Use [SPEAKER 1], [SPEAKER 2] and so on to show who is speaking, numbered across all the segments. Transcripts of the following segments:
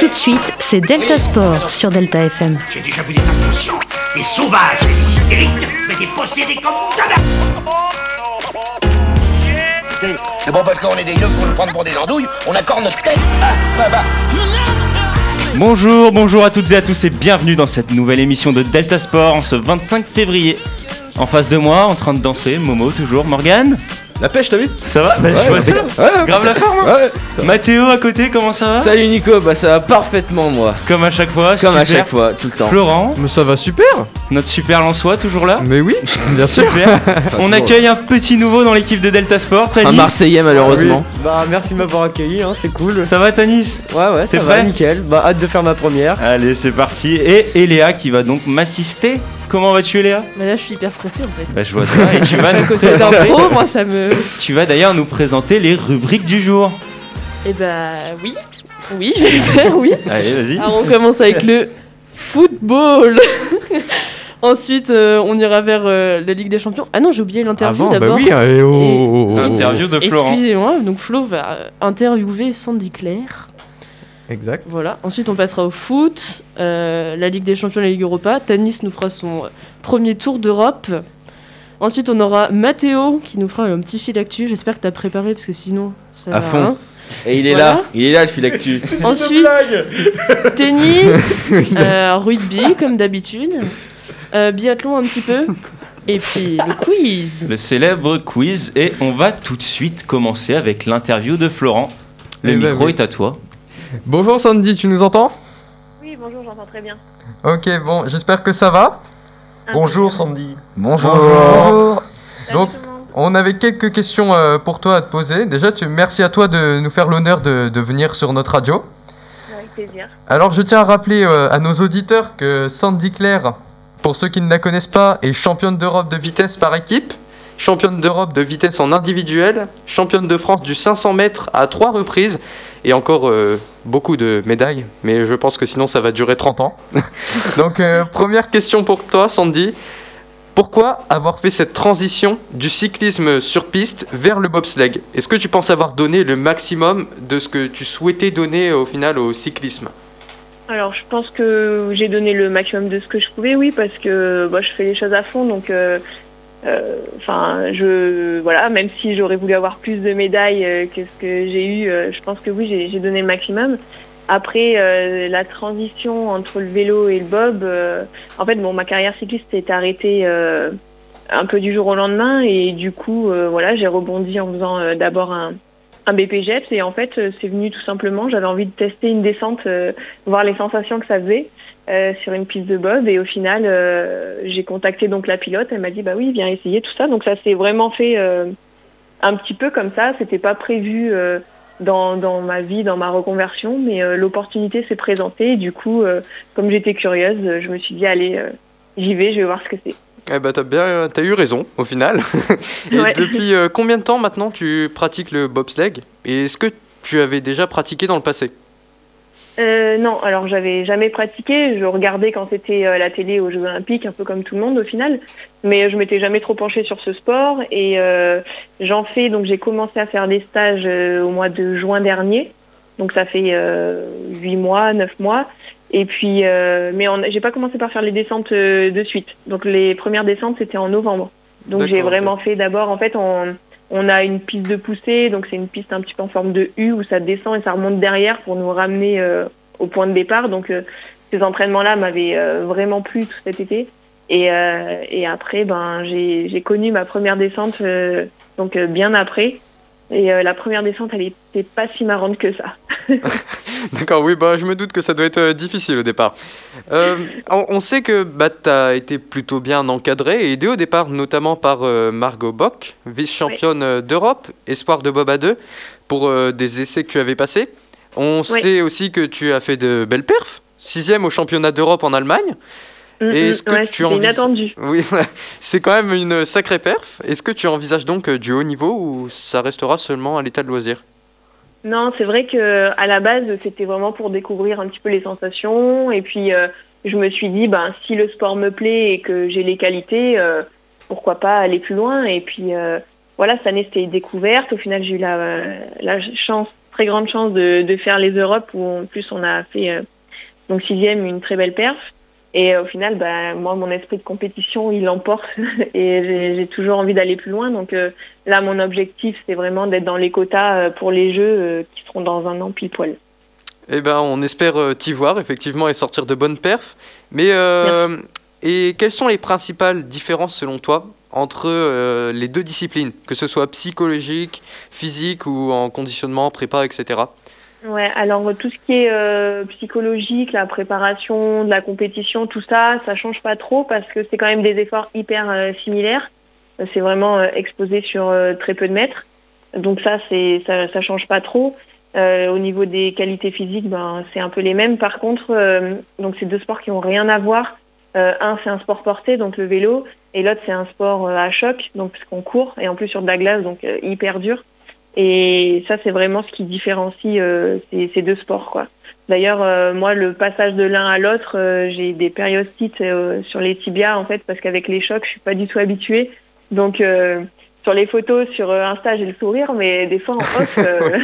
[SPEAKER 1] Tout de suite, c'est Delta Sport sur Delta FM.
[SPEAKER 2] J'ai déjà vu des inconscients, des sauvages, des hystériques, mais des possédés comme jamais Écoutez, c'est bon parce qu'on est des yeux pour nous prendre pour des andouilles, on accorde notre tête Ah, bah bah
[SPEAKER 3] Bonjour, bonjour à toutes et à tous et bienvenue dans cette nouvelle émission de Delta Sport en ce 25 février. En face de moi, en train de danser, Momo toujours, Morgane
[SPEAKER 4] La pêche, t'as vu
[SPEAKER 3] Ça va Bah, Je vois ça Grave la forme hein
[SPEAKER 4] Ouais, ça va.
[SPEAKER 3] Mathéo à côté, comment ça va
[SPEAKER 5] Salut Nico, bah ça va parfaitement moi.
[SPEAKER 3] Comme à chaque fois,
[SPEAKER 5] Comme à
[SPEAKER 3] super.
[SPEAKER 5] chaque fois, tout le temps.
[SPEAKER 3] Florent,
[SPEAKER 4] Mais ça va super
[SPEAKER 3] notre super Lançois toujours là
[SPEAKER 4] Mais oui, bien sûr
[SPEAKER 3] Super On accueille un petit nouveau dans l'équipe de Delta Sport,
[SPEAKER 5] Un
[SPEAKER 3] Tanis
[SPEAKER 5] Marseillais malheureusement.
[SPEAKER 6] Bah merci de m'avoir accueilli, hein, c'est cool.
[SPEAKER 3] Ça va Tanis
[SPEAKER 6] Ouais ouais,
[SPEAKER 3] C'est
[SPEAKER 6] ça
[SPEAKER 3] vrai
[SPEAKER 6] va, nickel. Bah hâte de faire ma première.
[SPEAKER 3] Allez, c'est parti. Et Eléa qui va donc m'assister. Comment vas-tu Eléa
[SPEAKER 7] Mais là, je suis hyper stressée en fait.
[SPEAKER 3] Bah je vois ça et tu vas nous
[SPEAKER 7] Le côté
[SPEAKER 3] présenter-
[SPEAKER 7] impro, moi, ça me.
[SPEAKER 3] Tu vas d'ailleurs nous présenter les rubriques du jour.
[SPEAKER 7] Eh bah, oui. Oui, je vais le faire, oui.
[SPEAKER 3] Allez, vas-y.
[SPEAKER 4] Oh,
[SPEAKER 7] Alors, on commence avec le football. Ensuite, euh, on ira vers euh, la Ligue des Champions. Ah non, j'ai oublié l'interview
[SPEAKER 4] Avant, bah
[SPEAKER 7] d'abord.
[SPEAKER 4] oui, eh oh, oh, oh, oh.
[SPEAKER 3] Interview de Florent.
[SPEAKER 7] Excusez-moi, donc Flo va euh, interviewer Sandy Claire.
[SPEAKER 4] Exact.
[SPEAKER 7] Voilà. Ensuite, on passera au foot, euh, la Ligue des Champions, la Ligue Europa. Tanis nous fera son euh, premier tour d'Europe. Ensuite, on aura Mathéo qui nous fera un petit fil actu. J'espère que t'as préparé parce que sinon, ça va.
[SPEAKER 5] À fond.
[SPEAKER 7] hein.
[SPEAKER 5] Et il est
[SPEAKER 7] Voilà.
[SPEAKER 5] là, il est là le fil actu.
[SPEAKER 7] Ensuite, tennis, euh, rugby comme d'habitude, euh, biathlon un petit peu, et puis le quiz.
[SPEAKER 3] Le célèbre quiz et on va tout de suite commencer avec l'interview de Florent. Le
[SPEAKER 4] Eh ben
[SPEAKER 3] micro
[SPEAKER 4] oui.
[SPEAKER 3] est à toi.
[SPEAKER 4] Bonjour Sandy, tu nous entends
[SPEAKER 8] Oui, bonjour, j'entends très bien.
[SPEAKER 4] Ok, bon, j'espère que ça va
[SPEAKER 8] Bonjour,
[SPEAKER 6] Sandy.
[SPEAKER 4] Bonjour. Donc,
[SPEAKER 8] Salut tout le monde.
[SPEAKER 4] on avait quelques questions euh, pour toi à te poser. Déjà, tu, merci à toi de nous faire l'honneur de, de venir sur notre radio.
[SPEAKER 8] Avec plaisir.
[SPEAKER 4] Alors, je tiens à rappeler euh, à nos auditeurs que Sandy Claire, pour ceux qui ne la connaissent pas, est championne d'Europe de vitesse par équipe, championne d'Europe de vitesse en individuel, championne de France du 500 mètres à trois reprises, et encore euh, beaucoup de médailles, mais je pense que sinon ça va durer 30 ans. Donc, euh, première question pour toi, Sandy. Pourquoi avoir fait cette transition du cyclisme sur piste vers le bobsleigh Est-ce que tu penses avoir donné le maximum de ce que tu souhaitais donner euh, au final au cyclisme
[SPEAKER 8] Alors, je pense que j'ai donné le maximum de ce que je pouvais, oui, parce que bah, je fais les choses à fond, donc. euh, euh, Enfin, je voilà, même si j'aurais voulu avoir plus de médailles euh, que ce que j'ai eu, euh, je pense que oui, j'ai- j'ai donné le maximum. Après, euh, la transition entre le vélo et le bob, euh, en fait, bon, ma carrière cycliste est arrêtée euh, un peu du jour au lendemain, et du coup, euh, voilà, j'ai rebondi en faisant euh, d'abord un, un BPGEPS, et en fait, euh, c'est venu tout simplement, j'avais envie de tester une descente. euh, voir les sensations que ça faisait euh, sur une piste de bob et au final euh, j'ai contacté donc la pilote elle m'a dit bah oui viens essayer tout ça donc ça s'est vraiment fait euh, un petit peu comme ça c'était pas prévu euh, dans, dans ma vie dans ma reconversion mais euh, l'opportunité s'est présentée et du coup euh, comme j'étais curieuse euh, je me suis dit allez euh, j'y vais je vais voir ce que c'est
[SPEAKER 4] Eh ben t'as bien, euh, t'as eu raison au final. Et
[SPEAKER 8] Ouais.
[SPEAKER 4] depuis euh, combien de temps maintenant tu pratiques le bobsleigh Et est-ce que tu avais déjà pratiqué dans le passé
[SPEAKER 8] Euh, non, alors j'avais jamais pratiqué. Je regardais quand c'était euh, la télé aux Jeux Olympiques, un peu comme tout le monde au final. Mais je m'étais jamais trop penchée sur ce sport. Et euh, j'en fais, donc j'ai commencé à faire des stages euh, au mois de juin dernier. Donc ça fait euh, 8 mois, 9 mois. Et puis, euh, mais on- j'ai pas commencé par faire les descentes euh, de suite. Donc les premières descentes, c'était en novembre. Donc j'ai
[SPEAKER 4] D'accord, ok.
[SPEAKER 8] vraiment fait d'abord, en fait, on, on a une piste de poussée. Donc c'est une piste un petit peu en forme de U où ça descend et ça remonte derrière pour nous ramener euh, au point de départ. Donc euh, ces entraînements-là m'avaient euh, vraiment plu tout cet été. Et, euh, et après, ben, j'ai j'ai connu ma première descente, euh, donc euh, bien après. Et euh, la première descente, elle n'était pas si marrante que ça.
[SPEAKER 4] D'accord, oui, bah je me doute que ça doit être euh, difficile au départ. Euh, on, on sait que bah, t'as été plutôt bien encadré et aidé au départ, notamment par euh, Margot Bock, vice-championne euh, d'Europe, espoir de Bob à deux, pour euh, des essais que tu avais passés. On
[SPEAKER 8] Oui.
[SPEAKER 4] sait aussi que tu as fait de belles perfs, sixième au championnat d'Europe en Allemagne.
[SPEAKER 8] Mm,
[SPEAKER 4] Et
[SPEAKER 8] mm,
[SPEAKER 4] est-ce que
[SPEAKER 8] ouais,
[SPEAKER 4] tu
[SPEAKER 8] c'était
[SPEAKER 4] envis-
[SPEAKER 8] inattendu.
[SPEAKER 4] Oui, c'est quand même une sacrée perf. Est-ce que tu envisages donc euh, du haut niveau ou ça restera seulement à l'état de loisir
[SPEAKER 8] Non, c'est vrai que à la base, c'était vraiment pour découvrir un petit peu les sensations. Et puis, euh, je me suis dit, ben, si le sport me plaît et que j'ai les qualités, euh, pourquoi pas aller plus loin. Et puis, euh, voilà, cette année, c'était une découverte. Au final, j'ai eu la, la chance très grande chance de, de faire les Europes où en plus on a fait euh, donc sixième une très belle perf. Et euh, au final, bah, moi, mon esprit de compétition, il l'emporte et j'ai- j'ai toujours envie d'aller plus loin. Donc euh, là, mon objectif, c'est vraiment d'être dans les quotas euh, pour les Jeux euh, qui seront dans un an pile poil.
[SPEAKER 4] Eh ben, on espère euh, t'y voir effectivement et sortir de bonnes perfs. Mais euh, et quelles sont les principales différences selon toi entre euh, les deux disciplines, que ce soit psychologique, physique ou en conditionnement, prépa, etc.
[SPEAKER 8] Ouais, alors euh, tout ce qui est euh, psychologique, la préparation, de la compétition, tout ça, ça change pas trop parce que c'est quand même des efforts hyper euh, similaires. Euh, C'est vraiment euh, exposé sur euh, très peu de mètres. Donc ça, c'est ça, ça change pas trop. Euh, au niveau des qualités physiques, ben, c'est un peu les mêmes. Par contre, euh, donc c'est deux sports qui n'ont rien à voir. Euh, un, c'est un sport porté, donc le vélo, et l'autre, c'est un sport euh, à choc, donc puisqu'on court, et en plus sur de la glace, donc euh, hyper dur. Et ça, c'est vraiment ce qui différencie euh, ces, ces deux sports. quoi. D'ailleurs, euh, moi, le passage de l'un à l'autre, euh, j'ai des périostites euh, sur les tibias, en fait, parce qu'avec les chocs, je suis pas du tout habituée. Donc, euh, sur les photos, sur euh, Insta, j'ai le sourire, mais des fois, en off, euh,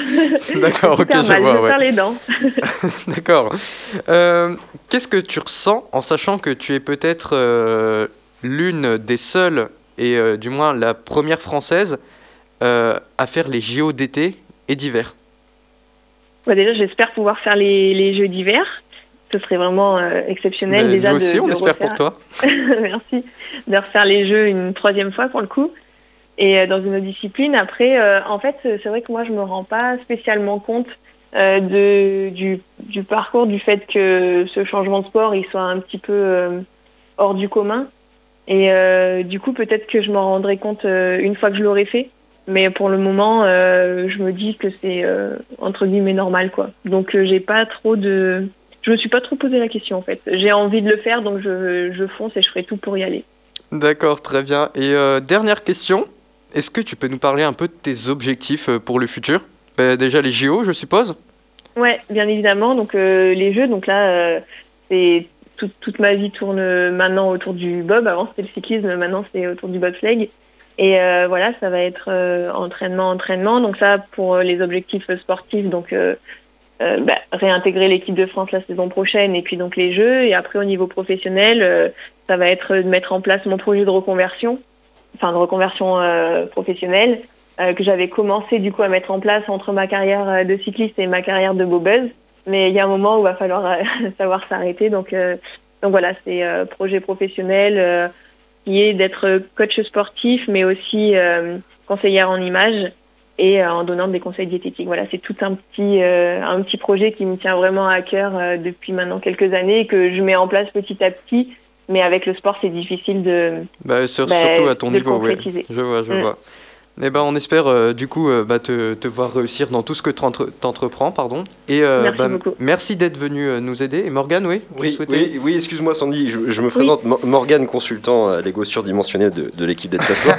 [SPEAKER 4] D'accord, ok,
[SPEAKER 8] super
[SPEAKER 4] je
[SPEAKER 8] mal,
[SPEAKER 4] vois,
[SPEAKER 8] me
[SPEAKER 4] ouais.
[SPEAKER 8] serre les dents.
[SPEAKER 4] D'accord. Euh, Qu'est-ce que tu ressens en sachant que tu es peut-être euh, l'une des seules, et euh, du moins la première française, euh, à faire les JO d'été et d'hiver
[SPEAKER 8] Bah, déjà, j'espère pouvoir faire les, les jeux d'hiver. Ce serait vraiment euh, exceptionnel.
[SPEAKER 4] Mais
[SPEAKER 8] déjà
[SPEAKER 4] Nous
[SPEAKER 8] de-
[SPEAKER 4] aussi, on
[SPEAKER 8] de
[SPEAKER 4] espère
[SPEAKER 8] refaire-
[SPEAKER 4] pour toi.
[SPEAKER 8] merci, de refaire les jeux une troisième fois pour le coup. Et euh, dans une autre discipline, après, euh, en fait, euh, c'est vrai que moi, je me rends pas spécialement compte euh, de, du, du parcours, du fait que ce changement de sport, il soit un petit peu euh, hors du commun. Et euh, du coup, peut-être que je m'en rendrai compte euh, une fois que je l'aurai fait. Mais pour le moment, euh, je me dis que c'est euh, entre guillemets normal, quoi. Donc, euh, j'ai pas trop de, je me suis pas trop posé la question en fait. J'ai envie de le faire donc je, je fonce et je ferai tout pour y aller.
[SPEAKER 4] D'accord, très bien. Et euh, dernière question, est-ce que tu peux nous parler un peu de tes objectifs euh, pour le futur Bah, Déjà les JO, je suppose.
[SPEAKER 8] Ouais, bien évidemment. Donc euh, les jeux, donc là, euh, c'est tout- toute ma vie tourne maintenant autour du bob. Avant c'était le cyclisme, maintenant c'est autour du bobsleigh. Et euh, voilà, ça va être euh, entraînement, entraînement. Donc ça, pour euh, les objectifs euh, sportifs, donc euh, euh, bah, réintégrer l'équipe de France la saison prochaine et puis donc les Jeux. Et après au niveau professionnel, euh, ça va être de mettre en place mon projet de reconversion, enfin de reconversion euh, professionnelle. euh, que j'avais commencé du coup à mettre en place entre ma carrière euh, de cycliste et ma carrière de bobeuse. Mais il y a un moment où il va falloir euh, savoir s'arrêter. Donc, euh, donc voilà, c'est euh, projet professionnel euh, qui est d'être coach sportif, mais aussi euh, conseillère en image et euh, en donnant des conseils diététiques. Voilà, c'est tout un petit, euh, un petit projet qui me tient vraiment à cœur euh, depuis maintenant quelques années et que je mets en place petit à petit. Mais avec le sport, c'est difficile de,
[SPEAKER 4] Bah, sur-
[SPEAKER 8] Bah,
[SPEAKER 4] surtout à ton
[SPEAKER 8] de
[SPEAKER 4] niveau, oui.
[SPEAKER 8] concrétiser.
[SPEAKER 4] Je vois, je
[SPEAKER 8] Mm.
[SPEAKER 4] vois. Eh ben, on espère euh, du coup euh, bah, te, te voir réussir dans tout ce que t'entre- t'entreprends, pardon. Et euh,
[SPEAKER 8] Merci
[SPEAKER 4] bah,
[SPEAKER 8] beaucoup.
[SPEAKER 4] merci d'être venu euh, nous aider. Et Morgane, oui, tu
[SPEAKER 9] Oui,
[SPEAKER 4] souhaitais
[SPEAKER 9] oui, oui, excuse-moi Sandy, je, je me présente Mo- Morgane, consultant à l'ego surdimensionné de, de l'équipe d'Aide Passport.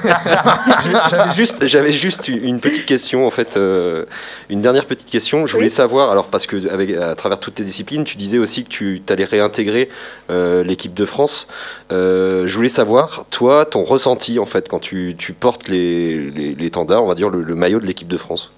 [SPEAKER 9] Je- J'avais juste, j'avais juste une une petite question en fait, euh, une dernière petite question. Je voulais
[SPEAKER 8] Oui.
[SPEAKER 9] savoir, alors parce que avec, à travers toutes tes disciplines, tu disais aussi que tu allais réintégrer euh, l'équipe de France. Euh, je voulais savoir, toi, ton ressenti en fait quand tu, tu portes les, les, l'étendard, on va dire le, le maillot de l'équipe de France.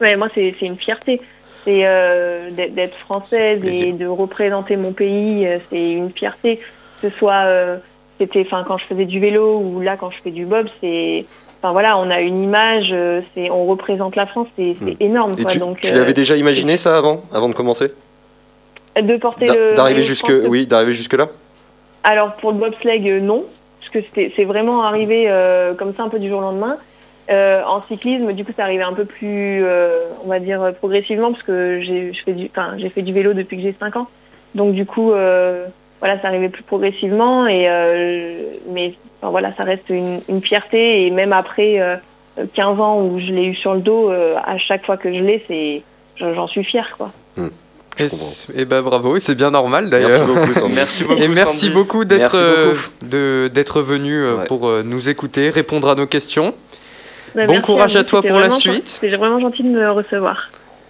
[SPEAKER 8] Ouais, moi, c'est c'est une fierté. C'est euh, d'être d'être française
[SPEAKER 9] Ça fait plaisir.
[SPEAKER 8] et de représenter mon pays, euh, c'est une fierté. Que ce soit, euh, c'était, enfin, quand je faisais du vélo ou là, quand je fais du bob, c'est, enfin voilà, on a une image, euh, c'est, on représente la France, c'est c'est
[SPEAKER 9] Mm.
[SPEAKER 8] énorme.
[SPEAKER 9] Et
[SPEAKER 8] Quoi,
[SPEAKER 9] tu,
[SPEAKER 8] donc,
[SPEAKER 9] tu
[SPEAKER 8] euh,
[SPEAKER 9] l'avais déjà imaginé ça avant, avant de commencer,
[SPEAKER 8] de porter
[SPEAKER 9] D'a-
[SPEAKER 8] le
[SPEAKER 9] d'arriver
[SPEAKER 8] maillot de
[SPEAKER 9] jusque,
[SPEAKER 8] France,
[SPEAKER 9] oui, d'arriver jusque là.
[SPEAKER 8] alors pour le bobsleigh, euh, non, parce que c'était- c'est vraiment arrivé euh, comme ça un peu du jour au lendemain. Euh, en cyclisme, du coup, c'est arrivé un peu plus, euh, on va dire, euh, progressivement, parce que j'ai je fais du, enfin, j'ai fait du vélo depuis que j'ai 5 ans. Donc du coup, euh, voilà, c'est arrivé plus progressivement, et, euh, mais enfin, voilà, ça reste une, une fierté, et même après euh, 15 ans où je l'ai eu sur le dos, euh, à chaque fois que je l'ai, c'est, j'en suis fière, quoi.
[SPEAKER 9] Je
[SPEAKER 4] Et,
[SPEAKER 9] comprends.
[SPEAKER 4] et bah, bravo, et c'est bien normal
[SPEAKER 9] Merci
[SPEAKER 4] d'ailleurs.
[SPEAKER 9] beaucoup Sandy.
[SPEAKER 3] Merci beaucoup.
[SPEAKER 4] Et merci
[SPEAKER 3] Sandy.
[SPEAKER 4] beaucoup d'être
[SPEAKER 5] Merci
[SPEAKER 4] euh,
[SPEAKER 5] beaucoup.
[SPEAKER 4] de- d'être venu euh,
[SPEAKER 5] Ouais.
[SPEAKER 4] pour euh, nous écouter, répondre à nos questions.
[SPEAKER 8] Ouais,
[SPEAKER 4] Bon
[SPEAKER 8] merci
[SPEAKER 4] courage
[SPEAKER 8] vous,
[SPEAKER 4] à toi
[SPEAKER 8] c'était
[SPEAKER 4] pour la
[SPEAKER 8] vraiment gen-
[SPEAKER 4] suite.
[SPEAKER 8] C'est vraiment gentil de me recevoir.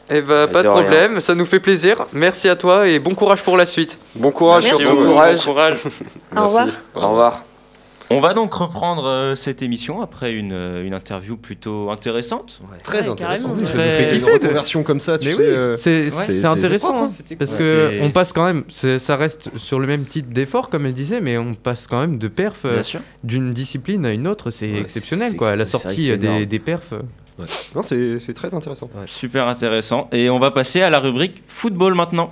[SPEAKER 4] Et bah,
[SPEAKER 5] Mais
[SPEAKER 4] pas de
[SPEAKER 5] de rien.
[SPEAKER 4] problème, ça nous fait plaisir. Merci à toi et bon courage pour la suite.
[SPEAKER 9] Bon courage
[SPEAKER 8] Merci
[SPEAKER 9] surtout.
[SPEAKER 3] beaucoup,
[SPEAKER 5] courage.
[SPEAKER 3] Bon courage.
[SPEAKER 8] Au revoir.
[SPEAKER 9] Merci.
[SPEAKER 5] Au revoir.
[SPEAKER 3] On va donc reprendre euh, cette émission après une, euh, une interview plutôt intéressante.
[SPEAKER 10] Très
[SPEAKER 7] Ouais,
[SPEAKER 10] intéressant.
[SPEAKER 7] carrément.
[SPEAKER 10] Oui, ça
[SPEAKER 3] Très-
[SPEAKER 10] nous fait une
[SPEAKER 4] Mais oui.
[SPEAKER 10] reconversion comme ça, tu
[SPEAKER 4] Mais
[SPEAKER 10] sais.
[SPEAKER 4] oui.
[SPEAKER 10] euh,
[SPEAKER 4] C'est
[SPEAKER 3] Ouais.
[SPEAKER 4] c'est
[SPEAKER 10] c'est
[SPEAKER 4] intéressant
[SPEAKER 10] propre,
[SPEAKER 4] hein, parce
[SPEAKER 3] Ouais,
[SPEAKER 4] que
[SPEAKER 3] c'est-
[SPEAKER 4] on passe quand même, c'est- ça reste sur le même type d'effort comme elle disait, mais on passe quand même de perf euh,
[SPEAKER 3] Bien sûr.
[SPEAKER 4] d'une discipline à une autre, c'est
[SPEAKER 5] Ouais,
[SPEAKER 4] exceptionnel
[SPEAKER 5] c'est-
[SPEAKER 4] quoi. La
[SPEAKER 5] c'est vrai que
[SPEAKER 4] sortie
[SPEAKER 5] c'est
[SPEAKER 4] euh,
[SPEAKER 5] énorme.
[SPEAKER 4] des, des perfs. euh.
[SPEAKER 10] Non, c'est c'est très intéressant.
[SPEAKER 3] Super intéressant. Et on va passer à la rubrique football maintenant.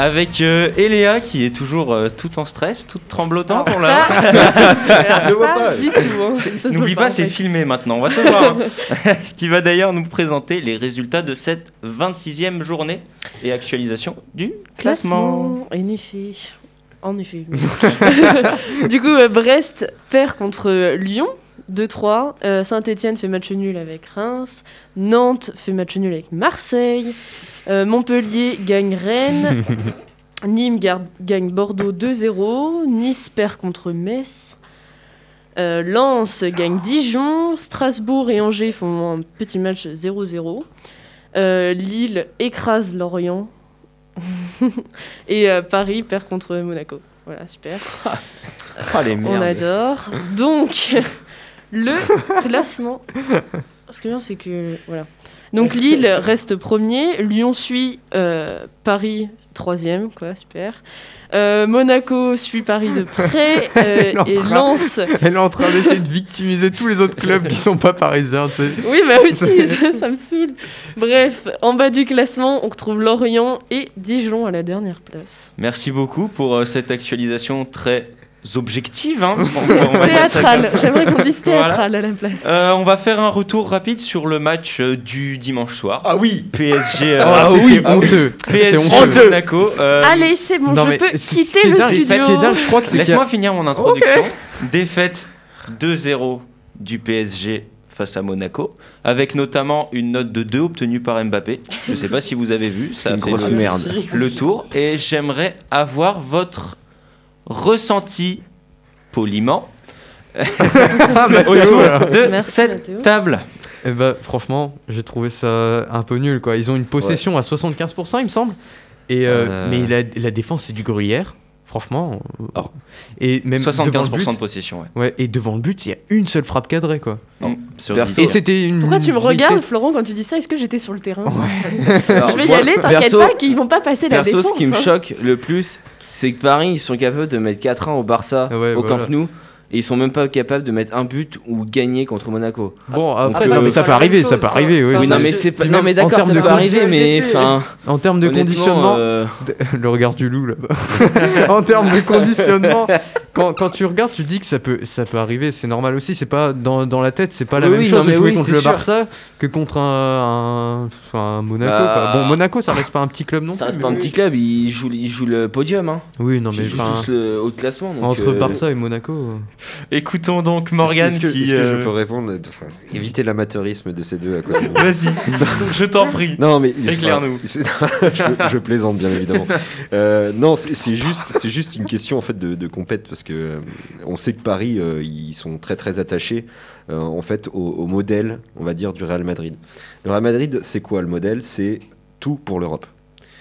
[SPEAKER 3] Avec euh, Eléa qui est toujours euh, toute en stress, toute tremblotante. on l'a-
[SPEAKER 7] ne
[SPEAKER 10] vois pas.
[SPEAKER 7] Du tout. hein. Ça se
[SPEAKER 3] N'oublie
[SPEAKER 7] voit
[SPEAKER 3] pas,
[SPEAKER 7] en
[SPEAKER 3] c'est
[SPEAKER 7] fait.
[SPEAKER 3] filmé maintenant, on va te voir. hein. qui va d'ailleurs nous présenter les résultats de cette 26e journée et actualisation du classement.
[SPEAKER 7] Classement. En effet. En effet. du coup, euh, Brest perd contre euh, Lyon. 2-3. Saint-Etienne fait match nul avec Reims. Nantes fait match nul avec Marseille. Euh, Montpellier gagne Rennes. Nîmes garde- gagne Bordeaux 2-0. Nice perd contre Metz. Euh, Lens gagne Dijon. Strasbourg et Angers font un petit match 0-0. Euh, Lille écrase Lorient et euh, Paris perd contre Monaco. Voilà, super.
[SPEAKER 5] Oh,
[SPEAKER 3] Ah les
[SPEAKER 7] On
[SPEAKER 3] merdes.
[SPEAKER 7] adore. Donc, le classement. Ce qui est bien, c'est que. Voilà. Donc, Lille reste premier. Lyon suit euh, Paris troisième, quoi, super. Euh, Monaco suit Paris de près. euh, et
[SPEAKER 4] L'entrain.
[SPEAKER 7] Lens.
[SPEAKER 4] Elle est en train d'essayer de victimiser tous les autres clubs qui sont pas parisiens. tu sais.
[SPEAKER 7] Oui, bah aussi, ça, ça me saoule. Bref, en bas du classement, on retrouve Lorient et Dijon à la dernière place.
[SPEAKER 3] Merci beaucoup pour euh, cette actualisation très objective. hein. On va- on va dire ça comme
[SPEAKER 7] Théâtral.
[SPEAKER 3] ça.
[SPEAKER 7] J'aimerais qu'on dise
[SPEAKER 3] Voilà.
[SPEAKER 7] théâtral à la place.
[SPEAKER 3] Euh, on va faire un retour rapide sur le match euh, du dimanche soir.
[SPEAKER 10] Ah oui
[SPEAKER 3] PSG, euh,
[SPEAKER 4] Ah,
[SPEAKER 3] c'était
[SPEAKER 4] oui,
[SPEAKER 3] honteux.
[SPEAKER 4] honteux. C'est
[SPEAKER 3] PSG
[SPEAKER 4] honteux.
[SPEAKER 3] Monaco. euh,
[SPEAKER 7] Allez, c'est bon,
[SPEAKER 4] Non,
[SPEAKER 7] je
[SPEAKER 4] mais
[SPEAKER 7] peux
[SPEAKER 4] c'est- ce
[SPEAKER 7] quitter
[SPEAKER 4] qui est
[SPEAKER 7] le
[SPEAKER 4] dingue,
[SPEAKER 7] studio.
[SPEAKER 4] Ce qui est dingue, je crois que c'est qu'il y a-
[SPEAKER 3] Laisse-moi finir mon introduction. Défaite 2-0 du PSG face à Monaco, avec notamment une note de 2 obtenue par Mbappé. Je ne sais pas si vous avez vu, ça a
[SPEAKER 5] Une
[SPEAKER 3] fait
[SPEAKER 5] grosse
[SPEAKER 3] le,
[SPEAKER 5] merde.
[SPEAKER 3] le tour. Et j'aimerais avoir votre ressenti poliment
[SPEAKER 4] Ah, Mathéo,
[SPEAKER 3] autour
[SPEAKER 4] là.
[SPEAKER 3] de
[SPEAKER 7] Merci,
[SPEAKER 3] cette
[SPEAKER 7] Mathéo.
[SPEAKER 3] table.
[SPEAKER 4] Eh ben, franchement, j'ai trouvé ça un peu nul, quoi. Ils ont une possession à 75%, il me semble. Et, euh,
[SPEAKER 5] Euh.
[SPEAKER 4] Mais la, la défense, c'est du gruyère, franchement.
[SPEAKER 5] Alors,
[SPEAKER 4] et même devant le
[SPEAKER 3] 75%
[SPEAKER 4] but,
[SPEAKER 3] de possession, ouais. Mm.
[SPEAKER 4] ouais, et devant le but, il y a une seule frappe cadrée, quoi.
[SPEAKER 3] Sur
[SPEAKER 5] Perso,
[SPEAKER 3] dix.
[SPEAKER 4] Et c'était une.
[SPEAKER 7] Pourquoi tu me
[SPEAKER 4] vérité-
[SPEAKER 7] regardes, Florent, quand tu dis ça Est-ce que j'étais sur le terrain
[SPEAKER 5] Alors,
[SPEAKER 7] Je vais y
[SPEAKER 5] moi,
[SPEAKER 7] aller, t'inquiète
[SPEAKER 5] perso-
[SPEAKER 7] pas, qu'ils vont pas passer la
[SPEAKER 5] Perso,
[SPEAKER 7] défense.
[SPEAKER 5] ce qui me
[SPEAKER 7] hein.
[SPEAKER 5] choque le plus, c'est que Paris, ils sont capables de mettre 4-1 au Barça,
[SPEAKER 4] Ah Ouais,
[SPEAKER 5] au
[SPEAKER 4] voilà.
[SPEAKER 5] Camp Nou, et ils sont même pas capables de mettre un but ou gagner contre Monaco.
[SPEAKER 4] Bon, après,
[SPEAKER 5] bah,
[SPEAKER 4] Ah, mais
[SPEAKER 5] c'est
[SPEAKER 4] ça
[SPEAKER 5] pas
[SPEAKER 4] peut
[SPEAKER 10] la
[SPEAKER 4] arriver,
[SPEAKER 10] même
[SPEAKER 4] ça
[SPEAKER 10] chose,
[SPEAKER 4] peut
[SPEAKER 10] ça.
[SPEAKER 4] arriver, oui.
[SPEAKER 10] Ça,
[SPEAKER 5] Oui,
[SPEAKER 4] oui.
[SPEAKER 5] non,
[SPEAKER 10] je-
[SPEAKER 5] mais c'est pas,
[SPEAKER 4] puis
[SPEAKER 5] non,
[SPEAKER 4] même
[SPEAKER 5] mais
[SPEAKER 4] en
[SPEAKER 5] d'accord,
[SPEAKER 4] termes
[SPEAKER 5] ça
[SPEAKER 4] de
[SPEAKER 5] peut arriver,
[SPEAKER 10] conditionnement,
[SPEAKER 5] mais
[SPEAKER 10] c'est-
[SPEAKER 5] enfin,
[SPEAKER 4] En termes de
[SPEAKER 5] honnêtement,
[SPEAKER 4] conditionnement,
[SPEAKER 5] euh,
[SPEAKER 4] le regard du loup, là en termes de conditionnement, quand, quand tu regardes, tu dis que ça peut, ça peut arriver, c'est normal aussi, c'est pas dans, dans la tête, c'est pas la
[SPEAKER 5] Oui,
[SPEAKER 4] même
[SPEAKER 5] oui,
[SPEAKER 4] chose
[SPEAKER 5] non,
[SPEAKER 4] de
[SPEAKER 5] mais
[SPEAKER 4] jouer
[SPEAKER 5] oui,
[SPEAKER 4] contre
[SPEAKER 5] c'est
[SPEAKER 4] le
[SPEAKER 5] sûr.
[SPEAKER 4] Barça que contre un, un- enfin, un Monaco.
[SPEAKER 5] Bah.
[SPEAKER 4] quoi. Bon, Monaco, ça reste pas un petit club non
[SPEAKER 5] ça
[SPEAKER 4] plus,
[SPEAKER 5] reste pas un
[SPEAKER 4] mais-
[SPEAKER 5] petit club, ils jouent, ils jouent le podium, hein.
[SPEAKER 4] Oui, non, mais
[SPEAKER 5] ils jouent
[SPEAKER 4] enfin,
[SPEAKER 5] tous le haut de classement. donc,
[SPEAKER 4] entre
[SPEAKER 5] euh,
[SPEAKER 4] Barça et Monaco. euh.
[SPEAKER 3] Écoutons donc Morgane
[SPEAKER 10] Est-ce que, est-ce que-
[SPEAKER 3] qui.
[SPEAKER 10] est-ce que
[SPEAKER 3] euh,
[SPEAKER 10] je peux répondre Enfin, Éviter l'amateurisme de ces deux à côté de moi.
[SPEAKER 3] Vas-y, je t'en prie.
[SPEAKER 10] Non mais
[SPEAKER 3] Éclaire-nous.
[SPEAKER 10] c'est- je, je plaisante bien évidemment. Euh, non, c'est c'est juste, c'est juste une question en fait de, de compète parce que euh, on sait que Paris, euh, ils sont très très attachés euh, en fait au, au modèle, on va dire, du Real Madrid. Le Real Madrid, c'est quoi le modèle C'est tout pour l'Europe.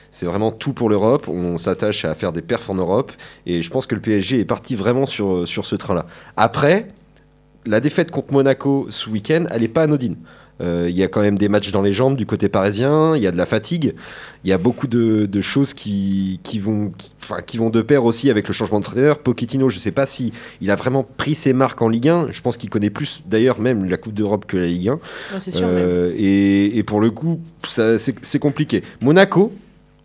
[SPEAKER 10] C'est vraiment tout pour l'Europe. On s'attache à faire des perfs en Europe et je pense que le PSG est parti vraiment sur sur ce train-là. Après, la défaite contre Monaco ce week-end, elle n'est pas anodine. Euh, Il y a quand même des matchs dans les jambes du côté parisien, il y a de la fatigue, il y a beaucoup de, de choses qui, qui, vont, qui, enfin, qui vont de pair aussi avec le changement de d'entraîneur. Pochettino, je ne sais pas si il a vraiment pris ses marques en Ligue 1, je pense qu'il connaît plus d'ailleurs même la Coupe d'Europe que la Ligue 1.
[SPEAKER 7] Ouais, c'est sûr, mais-
[SPEAKER 10] Euh, et, et pour le coup, ça, c'est c'est compliqué. Monaco,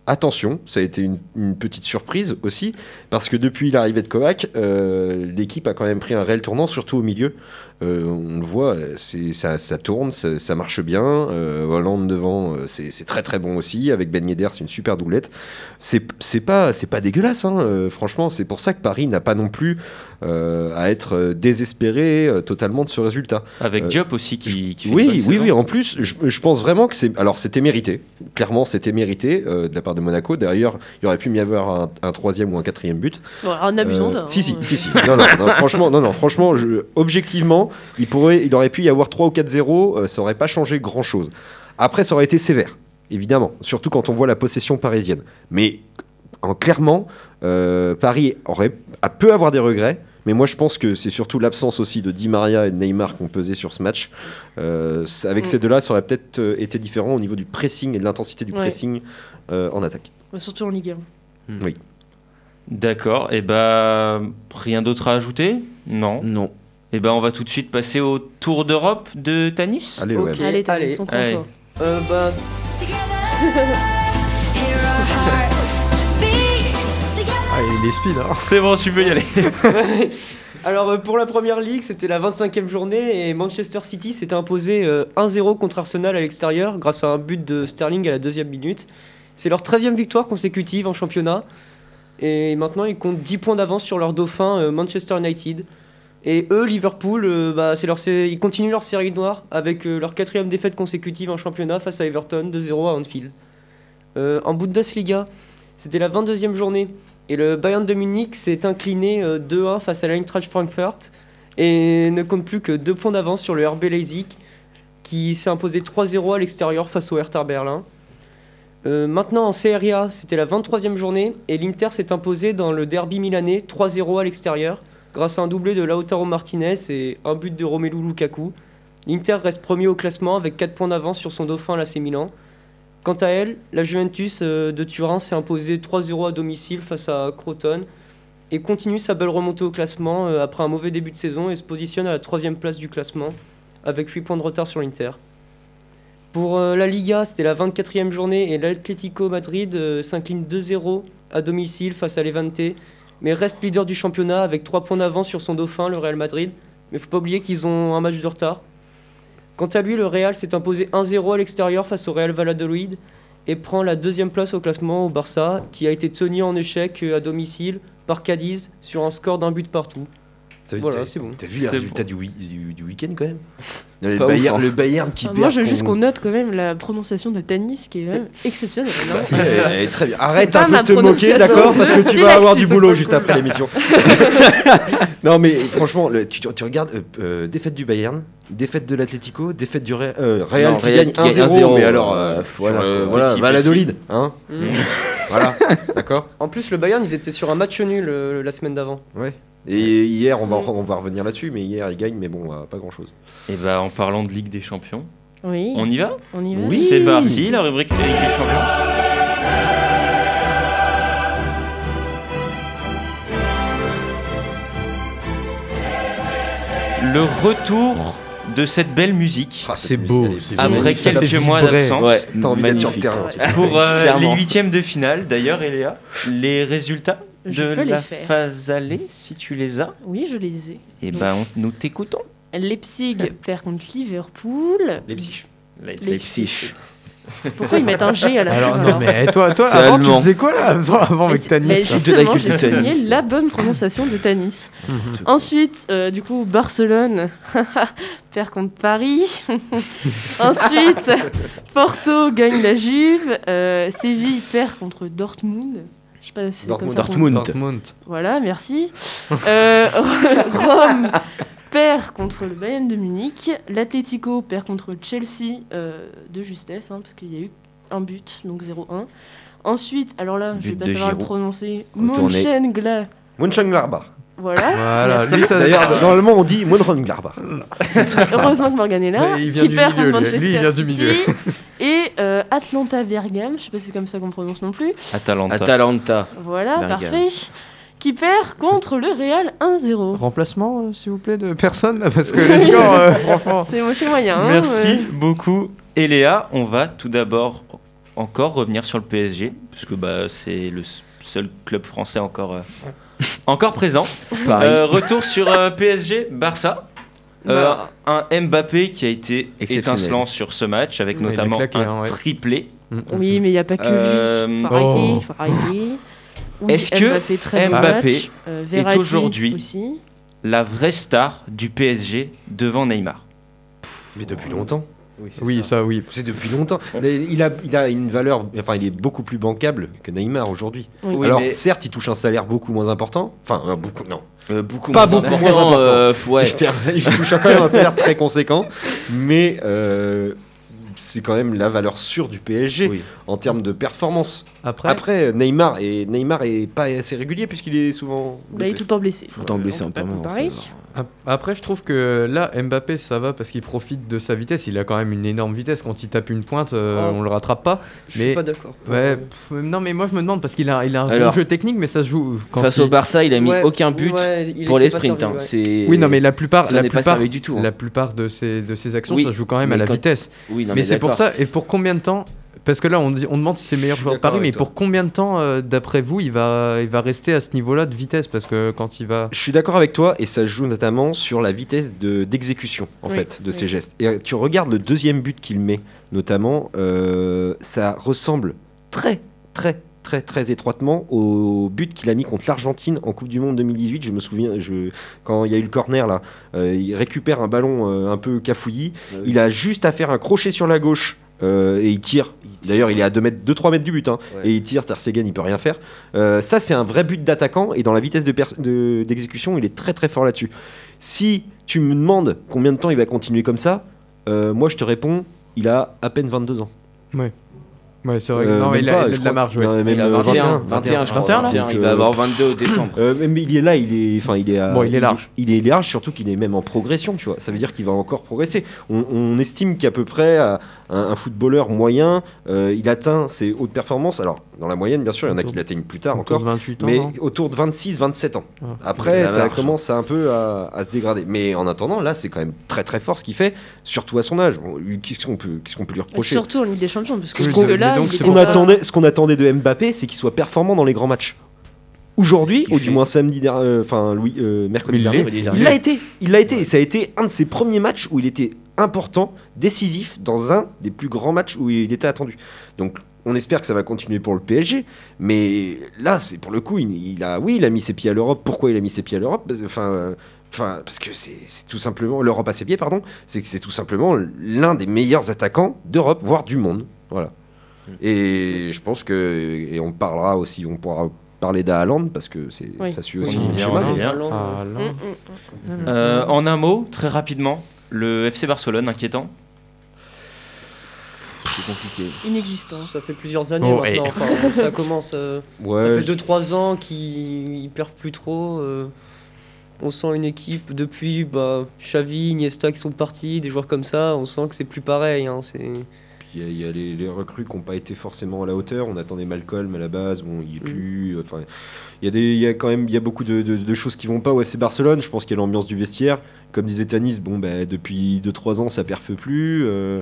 [SPEAKER 10] attention, ça a été une, une petite surprise aussi, parce que depuis l'arrivée de Kovac, euh, l'équipe a quand même pris un réel tournant, surtout au milieu. Euh, on le voit, c'est- ça, ça tourne, ça, ça marche bien. Euh, Hollande devant, euh, c'est c'est très très bon aussi. Avec Ben Yedder, c'est une super doublette. C'est c'est pas, c'est pas dégueulasse, hein, euh, franchement. C'est pour ça que Paris n'a pas non plus euh, à être euh, désespéré euh, totalement de ce résultat.
[SPEAKER 3] Avec
[SPEAKER 10] Euh,
[SPEAKER 3] Diop aussi qui, qui fait une bonne
[SPEAKER 10] Oui, oui,
[SPEAKER 3] saison.
[SPEAKER 10] oui. En plus, je, je pense vraiment que c'est. Alors, c'était mérité. Clairement, c'était mérité euh, de la part de Monaco. D'ailleurs, il aurait pu y avoir un, un troisième ou un quatrième but.
[SPEAKER 7] Bon, alors, en abusant
[SPEAKER 10] Euh,
[SPEAKER 7] d'un,
[SPEAKER 10] si, si,
[SPEAKER 7] hein,
[SPEAKER 10] si, si. Non, non, non, franchement, non, non, franchement, je- objectivement, il pourrait, il aurait pu y avoir 3 ou 4-0. euh, ça aurait pas changé grand chose. Après, ça aurait été sévère, évidemment. Surtout quand on voit la possession parisienne. Mais en clairement, euh, Paris aurait, a- peut avoir des regrets. Mais moi, je pense que c'est surtout l'absence aussi de Di Maria et de Neymar qu'on pesait sur ce match. Euh, c- avec
[SPEAKER 7] Mm.
[SPEAKER 10] ces deux-là, ça aurait peut-être euh, été différent au niveau du pressing et de l'intensité du
[SPEAKER 7] Ouais.
[SPEAKER 10] pressing euh, en attaque.
[SPEAKER 7] Mais surtout en Ligue 1.
[SPEAKER 3] D'accord, et bah rien d'autre à ajouter Non.
[SPEAKER 5] Non.
[SPEAKER 3] Et bah on va tout de suite passer au Tour d'Europe de Tanis.
[SPEAKER 10] Allez, l'OM.
[SPEAKER 7] Allez, t'as
[SPEAKER 6] allez.
[SPEAKER 7] son compte.
[SPEAKER 3] Allez.
[SPEAKER 7] toi.
[SPEAKER 6] Euh, bah,
[SPEAKER 4] Ah, il est speed, hein.
[SPEAKER 3] C'est bon, tu peux y aller.
[SPEAKER 6] Alors euh, pour la première ligue, c'était la 25e journée et Manchester City s'était imposé euh, 1-0 contre Arsenal à l'extérieur grâce à un but de Sterling à la deuxième minute. C'est leur 13e victoire consécutive en championnat et maintenant ils comptent 10 points d'avance sur leur dauphin euh, Manchester United. Et eux, Liverpool, euh, bah, c'est leur sé- ils continuent leur série noire avec euh, leur quatrième défaite consécutive en championnat face à Everton 2-0 à Anfield. Euh, en Bundesliga, c'était la 22e journée et le Bayern de Munich s'est incliné euh, 2-1 face à l'Eintracht Frankfurt et ne compte plus que 2 points d'avance sur le RB Leipzig qui s'est imposé 3-0 à l'extérieur face au Hertha Berlin. Euh, maintenant en Serie A, c'était la 23e journée et l'Inter s'est imposé dans le derby milanais 3-0 à l'extérieur grâce à un doublé de Lautaro Martinez et un but de Romelu Lukaku. L'Inter reste premier au classement avec 4 points d'avance sur son dauphin l'AC Milan. Quant à elle, la Juventus euh, de Turin s'est imposée 3-0 à domicile face à Crotone et continue sa belle remontée au classement euh, après un mauvais début de saison et se positionne à la troisième place du classement avec 8 points de retard sur l'Inter. Pour euh, la Liga, c'était la 24e journée et l'Atlético Madrid euh, s'incline 2-0 à domicile face à Levante, mais reste leader du championnat avec 3 points d'avance sur son dauphin, le Real Madrid. Mais faut pas oublier qu'ils ont un match de retard. Quant à lui, le Real s'est imposé 1-0 à l'extérieur face au Real Valladolid et prend la deuxième place au classement au Barça, qui a été tenu en échec euh, à domicile par Cadiz sur un score d'un but partout.
[SPEAKER 10] T'as vu-
[SPEAKER 6] Voilà,
[SPEAKER 10] t'as-
[SPEAKER 6] c'est bon.
[SPEAKER 10] T'as vu les
[SPEAKER 3] C'est
[SPEAKER 10] résultats du, wi- du- du week-end quand même Non, le,
[SPEAKER 5] Pas ouf,
[SPEAKER 10] Bayern,
[SPEAKER 5] hein.
[SPEAKER 10] le Bayern qui
[SPEAKER 7] Ah,
[SPEAKER 10] perd.
[SPEAKER 7] Moi, je veux juste
[SPEAKER 10] contre-
[SPEAKER 7] qu'on note quand même la prononciation de Tanis qui est quand même exceptionnelle. hein. non
[SPEAKER 10] Eh, eh, très bien. Arrête
[SPEAKER 7] pas
[SPEAKER 10] un peu
[SPEAKER 7] ma
[SPEAKER 10] de te moquer,
[SPEAKER 7] prononciation.
[SPEAKER 10] d'accord Parce que tu
[SPEAKER 7] J'ai
[SPEAKER 10] vas avoir
[SPEAKER 7] l'actu,
[SPEAKER 10] du
[SPEAKER 7] ça
[SPEAKER 10] boulot
[SPEAKER 7] pour le
[SPEAKER 10] juste
[SPEAKER 7] coup.
[SPEAKER 10] après l'émission. non, mais franchement, le- tu, tu regardes euh, euh, défaite du Bayern, défaite de l'Atlético, défaite du Ré- euh, Real
[SPEAKER 5] Non,
[SPEAKER 10] qui
[SPEAKER 5] Real
[SPEAKER 10] gagne
[SPEAKER 5] qui gagne
[SPEAKER 10] 1-0.
[SPEAKER 5] 1-0,
[SPEAKER 10] Mais alors,
[SPEAKER 5] euh,
[SPEAKER 10] euh,
[SPEAKER 5] voilà,
[SPEAKER 10] sur, euh,
[SPEAKER 5] petit,
[SPEAKER 10] voilà,
[SPEAKER 5] petit.
[SPEAKER 10] Valladolid, hein
[SPEAKER 4] Mmh.
[SPEAKER 10] Voilà, d'accord
[SPEAKER 6] En plus, le Bayern, ils étaient sur un match nul euh, la semaine d'avant.
[SPEAKER 10] Ouais. Et hier, on va, on va revenir là-dessus, mais hier, il gagne, mais bon, euh, pas grand-chose.
[SPEAKER 3] Et bah en parlant de Ligue des Champions,
[SPEAKER 7] Oui,
[SPEAKER 3] on y va
[SPEAKER 7] on y va.
[SPEAKER 3] Oui. C'est parti, la rubrique de Ligue des Champions. Le retour de cette belle musique
[SPEAKER 10] Ah,
[SPEAKER 4] C'est
[SPEAKER 10] cette
[SPEAKER 4] beau.
[SPEAKER 10] musique, elle est-
[SPEAKER 4] c'est
[SPEAKER 3] après
[SPEAKER 4] magnifique.
[SPEAKER 3] quelques
[SPEAKER 4] Ça fait
[SPEAKER 3] mois
[SPEAKER 4] vibrer.
[SPEAKER 3] d'absence.
[SPEAKER 5] Ouais,
[SPEAKER 10] T'as envie d'être sur le
[SPEAKER 5] magnifique.
[SPEAKER 10] terrain. tu sais.
[SPEAKER 3] pour euh, les
[SPEAKER 5] Clairement.
[SPEAKER 3] huitièmes de finale. D'ailleurs, Eléa, les résultats
[SPEAKER 7] Je
[SPEAKER 3] de
[SPEAKER 7] peux les
[SPEAKER 3] la
[SPEAKER 7] faire.
[SPEAKER 3] phase aller, si tu les as,
[SPEAKER 7] Oui, je les ai.
[SPEAKER 3] et
[SPEAKER 7] Oui.
[SPEAKER 3] ben on- nous t'écoutons.
[SPEAKER 7] Leipzig perd contre Liverpool.
[SPEAKER 10] Les psyches.
[SPEAKER 7] Les psyches. Pourquoi ils mettent un G à la
[SPEAKER 4] Alors,
[SPEAKER 7] fin hein
[SPEAKER 4] non, mais eh, toi, toi
[SPEAKER 5] C'est
[SPEAKER 4] avant,
[SPEAKER 5] allemand.
[SPEAKER 4] tu faisais quoi là Avant,
[SPEAKER 7] Mais
[SPEAKER 4] avec
[SPEAKER 7] c'est-
[SPEAKER 4] Tanis.
[SPEAKER 7] mais
[SPEAKER 4] là.
[SPEAKER 7] justement,
[SPEAKER 3] culture
[SPEAKER 7] j'ai souligné
[SPEAKER 3] Tanis.
[SPEAKER 7] la bonne prononciation de Tanis. Ensuite, euh, du coup, Barcelone perd contre Paris. Ensuite, Porto gagne la Juve. Euh, Séville perd contre Dortmund. Je sais pas si c'est comme
[SPEAKER 10] Dortmund.
[SPEAKER 7] ça. qu'on-
[SPEAKER 5] Dortmund.
[SPEAKER 4] Dortmund.
[SPEAKER 7] Voilà, merci. Euh, Rome perd contre le Bayern de Munich. L'Atlético perd contre Chelsea euh, de justesse, hein, parce qu'il y a eu un but, donc 0-1. Ensuite, alors là, je vais
[SPEAKER 5] But
[SPEAKER 7] pas
[SPEAKER 5] de
[SPEAKER 7] savoir le
[SPEAKER 5] Giroud.
[SPEAKER 7] prononcer.
[SPEAKER 5] Retourné.
[SPEAKER 7] Mönchengladbach.
[SPEAKER 10] Mönchengladbach.
[SPEAKER 7] Voilà.
[SPEAKER 4] Voilà,
[SPEAKER 7] Merci.
[SPEAKER 4] lui, ça
[SPEAKER 7] Ah.
[SPEAKER 10] D'ailleurs, normalement, on dit Mönchengladbach.
[SPEAKER 7] Heureusement que Morgan est là.
[SPEAKER 4] Il vient
[SPEAKER 7] qui
[SPEAKER 4] du
[SPEAKER 7] perd
[SPEAKER 4] milieu,
[SPEAKER 7] contre
[SPEAKER 4] lui.
[SPEAKER 7] Manchester
[SPEAKER 4] Lui, il vient du
[SPEAKER 7] City. Et euh, Atlanta Bergame, je sais pas si c'est comme ça qu'on prononce non plus.
[SPEAKER 3] Atalanta.
[SPEAKER 5] Atalanta.
[SPEAKER 7] Voilà,
[SPEAKER 5] Bergame.
[SPEAKER 7] parfait. Qui perd contre le Real 1-0.
[SPEAKER 4] Remplacement, euh, s'il vous plaît, de personne, là, parce que les scores, euh, franchement.
[SPEAKER 7] C'est c'est moyen. hein,
[SPEAKER 3] Merci
[SPEAKER 7] ouais.
[SPEAKER 3] beaucoup, Eléa. On va tout d'abord encore revenir sur le PSG, parce que bah, c'est le s- seul club français encore, euh, encore présent.
[SPEAKER 5] Pareil.
[SPEAKER 3] Euh, retour sur euh, PSG, Barça. Euh,
[SPEAKER 7] Bah.
[SPEAKER 3] un Mbappé qui a été
[SPEAKER 5] Exceptionnel.
[SPEAKER 3] étincelant sur ce match, avec
[SPEAKER 4] il a
[SPEAKER 3] notamment
[SPEAKER 4] claqué,
[SPEAKER 3] un
[SPEAKER 4] hein, ouais.
[SPEAKER 3] triplé.
[SPEAKER 4] mm,
[SPEAKER 7] Oui, mais il n'y a pas que lui.
[SPEAKER 3] Euh,
[SPEAKER 7] Faut arrêter,
[SPEAKER 4] oh.
[SPEAKER 7] faut arrêter. Oui,
[SPEAKER 3] Est-ce que
[SPEAKER 7] Mbappé, très bon
[SPEAKER 3] Mbappé
[SPEAKER 7] match. Euh, Verratti
[SPEAKER 3] aujourd'hui-
[SPEAKER 7] aussi.
[SPEAKER 3] La vraie star du PSG devant Neymar.
[SPEAKER 10] Mais depuis longtemps.
[SPEAKER 4] Oui, ça, oui.
[SPEAKER 10] C'est depuis longtemps. Mais Il a, il a une valeur, enfin, il est beaucoup plus bancable que Neymar aujourd'hui.
[SPEAKER 7] Oui.
[SPEAKER 10] Alors,
[SPEAKER 5] mais-
[SPEAKER 10] certes, il touche un salaire beaucoup moins important. Enfin, euh, beaucoup, non.
[SPEAKER 5] beaucoup
[SPEAKER 10] Pas beaucoup moins important.
[SPEAKER 5] euh, ouais.
[SPEAKER 10] Il, touche quand même un salaire très conséquent. Mais euh, c'est quand même la valeur sûre du PSG
[SPEAKER 5] Oui.
[SPEAKER 10] en termes de performance.
[SPEAKER 4] Après,
[SPEAKER 10] Après, Neymar et Neymar est pas assez régulier puisqu'il est
[SPEAKER 7] Bah,
[SPEAKER 10] souvent.
[SPEAKER 7] il est
[SPEAKER 10] blessé.
[SPEAKER 7] tout le temps blessé.
[SPEAKER 5] Tout le temps blessé en
[SPEAKER 7] peut pas
[SPEAKER 5] permanence.
[SPEAKER 7] comparer. Bah,
[SPEAKER 5] ça.
[SPEAKER 4] Ap- Après, je trouve que là, Mbappé, ça va parce qu'il profite de sa vitesse. Il a quand même une énorme vitesse. Quand il tape une pointe, euh,
[SPEAKER 6] Oh.
[SPEAKER 4] on le rattrape pas.
[SPEAKER 6] Je
[SPEAKER 4] Mais-
[SPEAKER 6] suis pas d'accord.
[SPEAKER 4] Ouais, pff, non, mais moi, je me demande parce qu'il a, il a un
[SPEAKER 5] Alors,
[SPEAKER 4] bon jeu technique, mais ça se joue quand
[SPEAKER 5] Face
[SPEAKER 4] il-
[SPEAKER 5] au Barça, il a mis
[SPEAKER 6] Ouais,
[SPEAKER 5] aucun but
[SPEAKER 6] ouais, il
[SPEAKER 5] pour
[SPEAKER 6] s'est
[SPEAKER 5] les
[SPEAKER 6] pas
[SPEAKER 5] sprints.
[SPEAKER 6] servi,
[SPEAKER 5] hein.
[SPEAKER 6] ouais.
[SPEAKER 5] C'est-
[SPEAKER 4] Oui, non, mais la plupart,
[SPEAKER 5] ça
[SPEAKER 4] la
[SPEAKER 5] n'est pas
[SPEAKER 4] plupart,
[SPEAKER 5] servi du tout. hein.
[SPEAKER 4] la plupart de ses, de ses actions,
[SPEAKER 5] Oui,
[SPEAKER 4] ça se joue quand même à
[SPEAKER 5] mais
[SPEAKER 4] la
[SPEAKER 5] quand-
[SPEAKER 4] vitesse.
[SPEAKER 5] Oui, non,
[SPEAKER 4] mais c'est pour
[SPEAKER 5] d'accord.
[SPEAKER 4] ça. Et pour combien de temps Parce que là, on, dit- on demande si c'est le meilleur
[SPEAKER 10] Je suis
[SPEAKER 4] joueur de
[SPEAKER 10] d'accord
[SPEAKER 4] Paris, mais
[SPEAKER 10] avec toi.
[SPEAKER 4] pour combien de temps, euh, d'après vous, il va, il va rester à ce niveau-là de vitesse Parce que quand il va.
[SPEAKER 10] Je suis d'accord avec toi et ça se joue notamment sur la vitesse de- d'exécution en
[SPEAKER 7] Oui,
[SPEAKER 10] fait de
[SPEAKER 7] oui.
[SPEAKER 10] ses gestes. Et euh, tu regardes le deuxième but qu'il met notamment, euh, ça ressemble très très très très étroitement au but qu'il a mis contre l'Argentine en Coupe du Monde 2018. Je me souviens, je, quand il y a eu le corner là, euh, il récupère un ballon euh, un peu cafouillis. Il a juste à faire un crochet sur la gauche euh, et il tire. D'ailleurs, il est à 2-3 mètres, deux, trois mètres du but. hein.
[SPEAKER 5] Ouais.
[SPEAKER 10] Et il tire, Terstegen, il peut rien faire. Euh, ça, c'est un vrai but d'attaquant. Et dans la vitesse de pers- de- d'exécution, il est très très fort là-dessus. Si tu me demandes combien de temps il va continuer comme ça, euh, moi je te réponds, il a à peine 22 ans.
[SPEAKER 4] Ouais, c'est vrai. que-
[SPEAKER 10] Euh,
[SPEAKER 4] non, mais
[SPEAKER 10] même
[SPEAKER 4] il a,
[SPEAKER 10] pas,
[SPEAKER 4] il a
[SPEAKER 10] je
[SPEAKER 4] de la
[SPEAKER 10] crois.
[SPEAKER 4] marge. ouais.
[SPEAKER 10] Non, même,
[SPEAKER 5] Il a
[SPEAKER 10] euh,
[SPEAKER 5] 21, 21, je crois.
[SPEAKER 4] 21, là.
[SPEAKER 5] il va avoir 22 au décembre.
[SPEAKER 10] Euh, mais- mais il est là, il est, enfin, il est. à-
[SPEAKER 4] Bon, il est large.
[SPEAKER 10] Il est, il est large, surtout qu'il est même en progression, tu vois. Ça veut dire qu'il va encore progresser. On, on estime qu'à peu près à- un, un footballeur moyen, euh, il atteint ses hautes performances. Alors, dans la moyenne, bien sûr, il y en a qui l'atteignent plus tard
[SPEAKER 4] Autour
[SPEAKER 10] encore,
[SPEAKER 4] de 28 ans. hein.
[SPEAKER 10] mais
[SPEAKER 4] non Ah.
[SPEAKER 10] autour de 26-27 ans.
[SPEAKER 4] Ouais.
[SPEAKER 10] Après,
[SPEAKER 5] Il a
[SPEAKER 10] ça
[SPEAKER 5] large.
[SPEAKER 10] commence un peu à, à se dégrader. Mais en attendant, là, c'est quand même très très fort ce qu'il fait, surtout à son âge. On- lui, Qu'est-ce qu'on peut, qu'est-ce qu'on peut lui
[SPEAKER 7] Et
[SPEAKER 10] reprocher
[SPEAKER 7] surtout en Ligue des Champions, parce que,
[SPEAKER 4] Oui,
[SPEAKER 7] parce que
[SPEAKER 4] mais
[SPEAKER 7] là,
[SPEAKER 4] donc,
[SPEAKER 7] il
[SPEAKER 4] c'est
[SPEAKER 10] ce
[SPEAKER 7] était
[SPEAKER 10] qu'on
[SPEAKER 7] pas-
[SPEAKER 10] attendait, ce qu'on attendait de Mbappé, c'est qu'il soit performant dans les grands matchs. Aujourd'hui,
[SPEAKER 5] C'est ce qu'il
[SPEAKER 10] ou du
[SPEAKER 5] fait.
[SPEAKER 10] moins samedi, der- euh, enfin Louis, euh, mercredi
[SPEAKER 4] Mais il
[SPEAKER 10] dernier,
[SPEAKER 5] l'est. Il l'est.
[SPEAKER 10] il l'a été. Il l'a été. Et ça a été un de ses premiers matchs où il était important, décisif, dans un des plus grands matchs où il était attendu. Donc, on espère que ça va continuer pour le PSG, mais là, c'est pour le coup, il, il a, oui, il a mis ses pieds à l'Europe. Pourquoi il a mis ses pieds à l'Europe Parce- Enfin. euh, Enfin, parce que c'est c'est tout simplement l'Europe à ses pieds, pardon. C'est que c'est tout simplement l'un des meilleurs attaquants d'Europe, voire du monde. Voilà.
[SPEAKER 5] Mm.
[SPEAKER 10] Et je pense que et on parlera aussi, on pourra parler d'Haaland parce que c'est
[SPEAKER 7] Oui.
[SPEAKER 10] ça suit aussi
[SPEAKER 3] Oui,
[SPEAKER 10] le
[SPEAKER 3] bien,
[SPEAKER 10] schéma.
[SPEAKER 3] on est bien.
[SPEAKER 4] Ah, là.
[SPEAKER 5] Mmh.
[SPEAKER 7] Mm, mm.
[SPEAKER 3] Euh, en un mot, très rapidement, le FC Barcelone, inquiétant.
[SPEAKER 5] C'est compliqué.
[SPEAKER 7] Inexistant.
[SPEAKER 6] Ça fait plusieurs années
[SPEAKER 4] Oh, et-
[SPEAKER 6] maintenant. enfin, ça commence. euh,
[SPEAKER 10] Ouais,
[SPEAKER 6] ça fait 2-3 ans qu'ils perdent plus trop. euh, on sent une équipe depuis bah, Xavi, Iniesta qui sont partis, des joueurs comme ça. On sent que c'est plus pareil. hein, c'est...
[SPEAKER 10] Il y a, il y a les, les recrues qui n'ont pas été forcément à la hauteur. On attendait Malcolm à la base, bon, il est
[SPEAKER 6] Mm.
[SPEAKER 10] plus. euh, Enfin, il y a des, il y a quand même, il y a beaucoup de, de- de choses qui vont pas au FC Barcelone. Je pense qu'il y a l'ambiance du vestiaire. Comme disait Tanis, bon, ben, depuis 2-3 ans, ça perfe plus. Euh,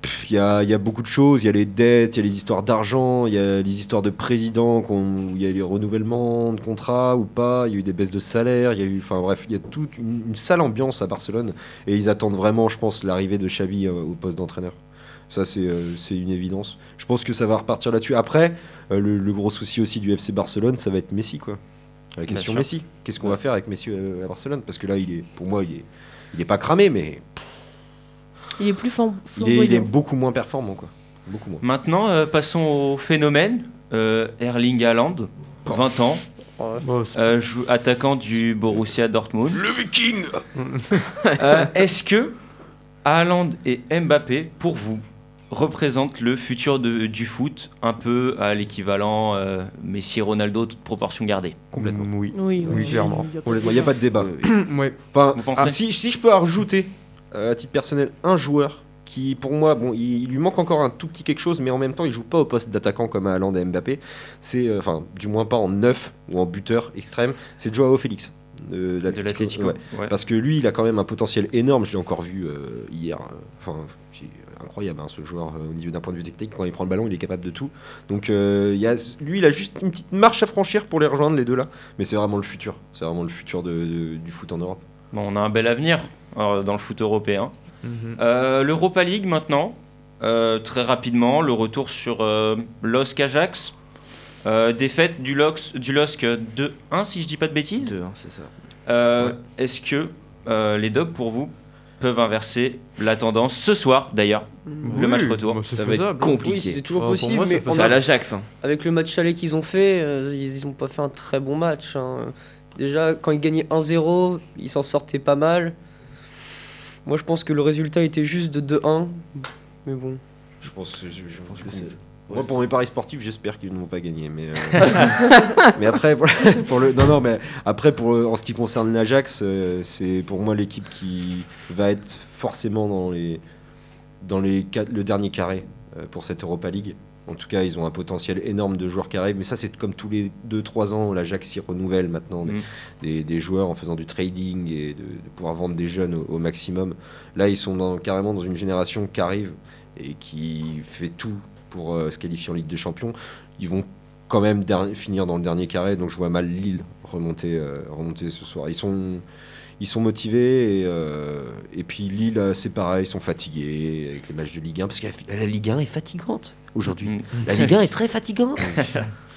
[SPEAKER 10] pff, Il y, a, il y a beaucoup de choses, il y a les dettes, il y a les histoires d'argent, il y a les histoires de présidents, qu'on- où il y a les renouvellements de contrats ou pas, il y a eu des baisses de salaire, il y a eu, enfin bref, il y a toute une, une sale ambiance à Barcelone et ils attendent vraiment, je pense, l'arrivée de Xavi euh, au poste d'entraîneur. Ça, c'est euh, c'est une évidence. Je pense que ça va repartir là-dessus. Après, euh, le, le gros souci aussi du FC Barcelone, ça va être Messi, quoi. La question
[SPEAKER 3] sûr.
[SPEAKER 10] Messi. Qu'est-ce qu'on va faire avec Messi euh, à Barcelone Parce que là, il est, pour moi, il est, il est pas cramé, mais
[SPEAKER 7] Il est plus flam-
[SPEAKER 10] il est, il est
[SPEAKER 7] flamboyant.
[SPEAKER 10] beaucoup moins performant, quoi. Beaucoup moins.
[SPEAKER 3] Maintenant, euh, passons au phénomène. euh, Erling Haaland, 20 ans,
[SPEAKER 10] Oh,
[SPEAKER 4] Bon, c'est-
[SPEAKER 3] euh, jou- attaquant du Borussia Dortmund.
[SPEAKER 2] Le viking
[SPEAKER 3] Euh, Est-ce que Haaland et Mbappé, pour vous, représentent le futur de- du foot, un peu à l'équivalent euh, Messi-Ronaldo, toute proportion gardée
[SPEAKER 10] Complètement.
[SPEAKER 4] Mm, Oui.
[SPEAKER 7] Oui,
[SPEAKER 4] Oui, clairement.
[SPEAKER 7] il y a
[SPEAKER 10] Complètement. Il n'y a pas de débat.
[SPEAKER 4] Mm, Ouais.
[SPEAKER 10] Enfin,
[SPEAKER 3] Vous pensez
[SPEAKER 10] alors, si, si je peux rajouter, euh, à titre personnel, un joueur qui, pour moi, bon, il, il lui manque encore un tout petit quelque chose, mais en même temps, il joue pas au poste d'attaquant comme à Haaland et Mbappé. C'est, euh, enfin, du moins pas en neuf ou en buteur extrême. C'est Joao Félix. euh, De,
[SPEAKER 3] de l'Atlético
[SPEAKER 10] ouais.
[SPEAKER 3] Ouais.
[SPEAKER 10] Parce que lui, il a quand même un potentiel énorme. Je l'ai encore vu euh, hier. Enfin, c'est incroyable hein, ce joueur euh, au niveau d'un point de vue technique. Quand il prend le ballon, il est capable de tout. Donc, euh, il y a, lui, il a juste une petite marche à franchir pour les rejoindre les deux là. Mais c'est vraiment le futur. C'est vraiment le futur de- de- du foot en Europe.
[SPEAKER 3] Bon, on a un bel avenir euh, dans le foot européen.
[SPEAKER 4] Mhm.
[SPEAKER 3] Euh, L'Europa League maintenant, Euh, très rapidement, le retour sur euh, LOSC Ajax. Euh, défaite du, LOX- du LOSC 2-1, si je dis pas de bêtises.
[SPEAKER 5] Deux, hein, c'est ça.
[SPEAKER 3] Euh, Est-ce que euh, les dogs, pour vous, peuvent inverser la tendance ce soir, d'ailleurs Le
[SPEAKER 4] Oui,
[SPEAKER 3] match retour,
[SPEAKER 4] bah, c'est
[SPEAKER 5] ça va être
[SPEAKER 4] faisable.
[SPEAKER 5] compliqué.
[SPEAKER 6] Oui, c'est toujours
[SPEAKER 4] Ah, pour
[SPEAKER 6] possible,
[SPEAKER 4] moi, ça
[SPEAKER 6] mais
[SPEAKER 4] fait
[SPEAKER 6] on
[SPEAKER 5] C'est
[SPEAKER 4] ça.
[SPEAKER 6] a-
[SPEAKER 5] à l'Ajax. hein.
[SPEAKER 6] avec le match aller qu'ils ont fait, euh, ils n'ont pas fait un très bon match. hein. Déjà, quand ils gagnaient 1-0, ils s'en sortaient pas mal. Moi, je pense que le résultat était juste de 2-1. Mais bon.
[SPEAKER 10] Je pense, que- je, je pense
[SPEAKER 5] Je
[SPEAKER 10] que
[SPEAKER 5] sais.
[SPEAKER 10] c'est- Moi,
[SPEAKER 5] Ouais,
[SPEAKER 10] pour mes paris sportifs, j'espère qu'ils ne vont pas gagner. Mais, euh, mais après, pour, pour le, non, non, mais après, pour, en ce qui concerne l'Ajax, euh, c'est pour moi l'équipe qui va être forcément dans, les, dans les, quatre- le dernier carré euh, pour cette Europa League. En tout cas, ils ont un potentiel énorme de joueurs qui arrivent. Mais ça, c'est comme tous les 2-3 ans, l'Ajax s'y renouvelle maintenant des,
[SPEAKER 3] Mm.
[SPEAKER 10] des- des joueurs en faisant du trading et de, de pouvoir vendre des jeunes au, au maximum. Là, ils sont dans- carrément dans une génération qui arrive et qui fait tout pour euh, se qualifier en Ligue des Champions. Ils vont quand même derni- finir dans le dernier carré, donc je vois mal Lille remonter, euh, remonter ce soir. Ils sont, ils sont motivés, et, euh, et puis Lille, euh, c'est pareil, ils sont fatigués avec les matchs de Ligue 1, parce que la, la Ligue 1 est fatigante aujourd'hui.
[SPEAKER 3] Mm.
[SPEAKER 10] La Ligue 1 est très fatigante.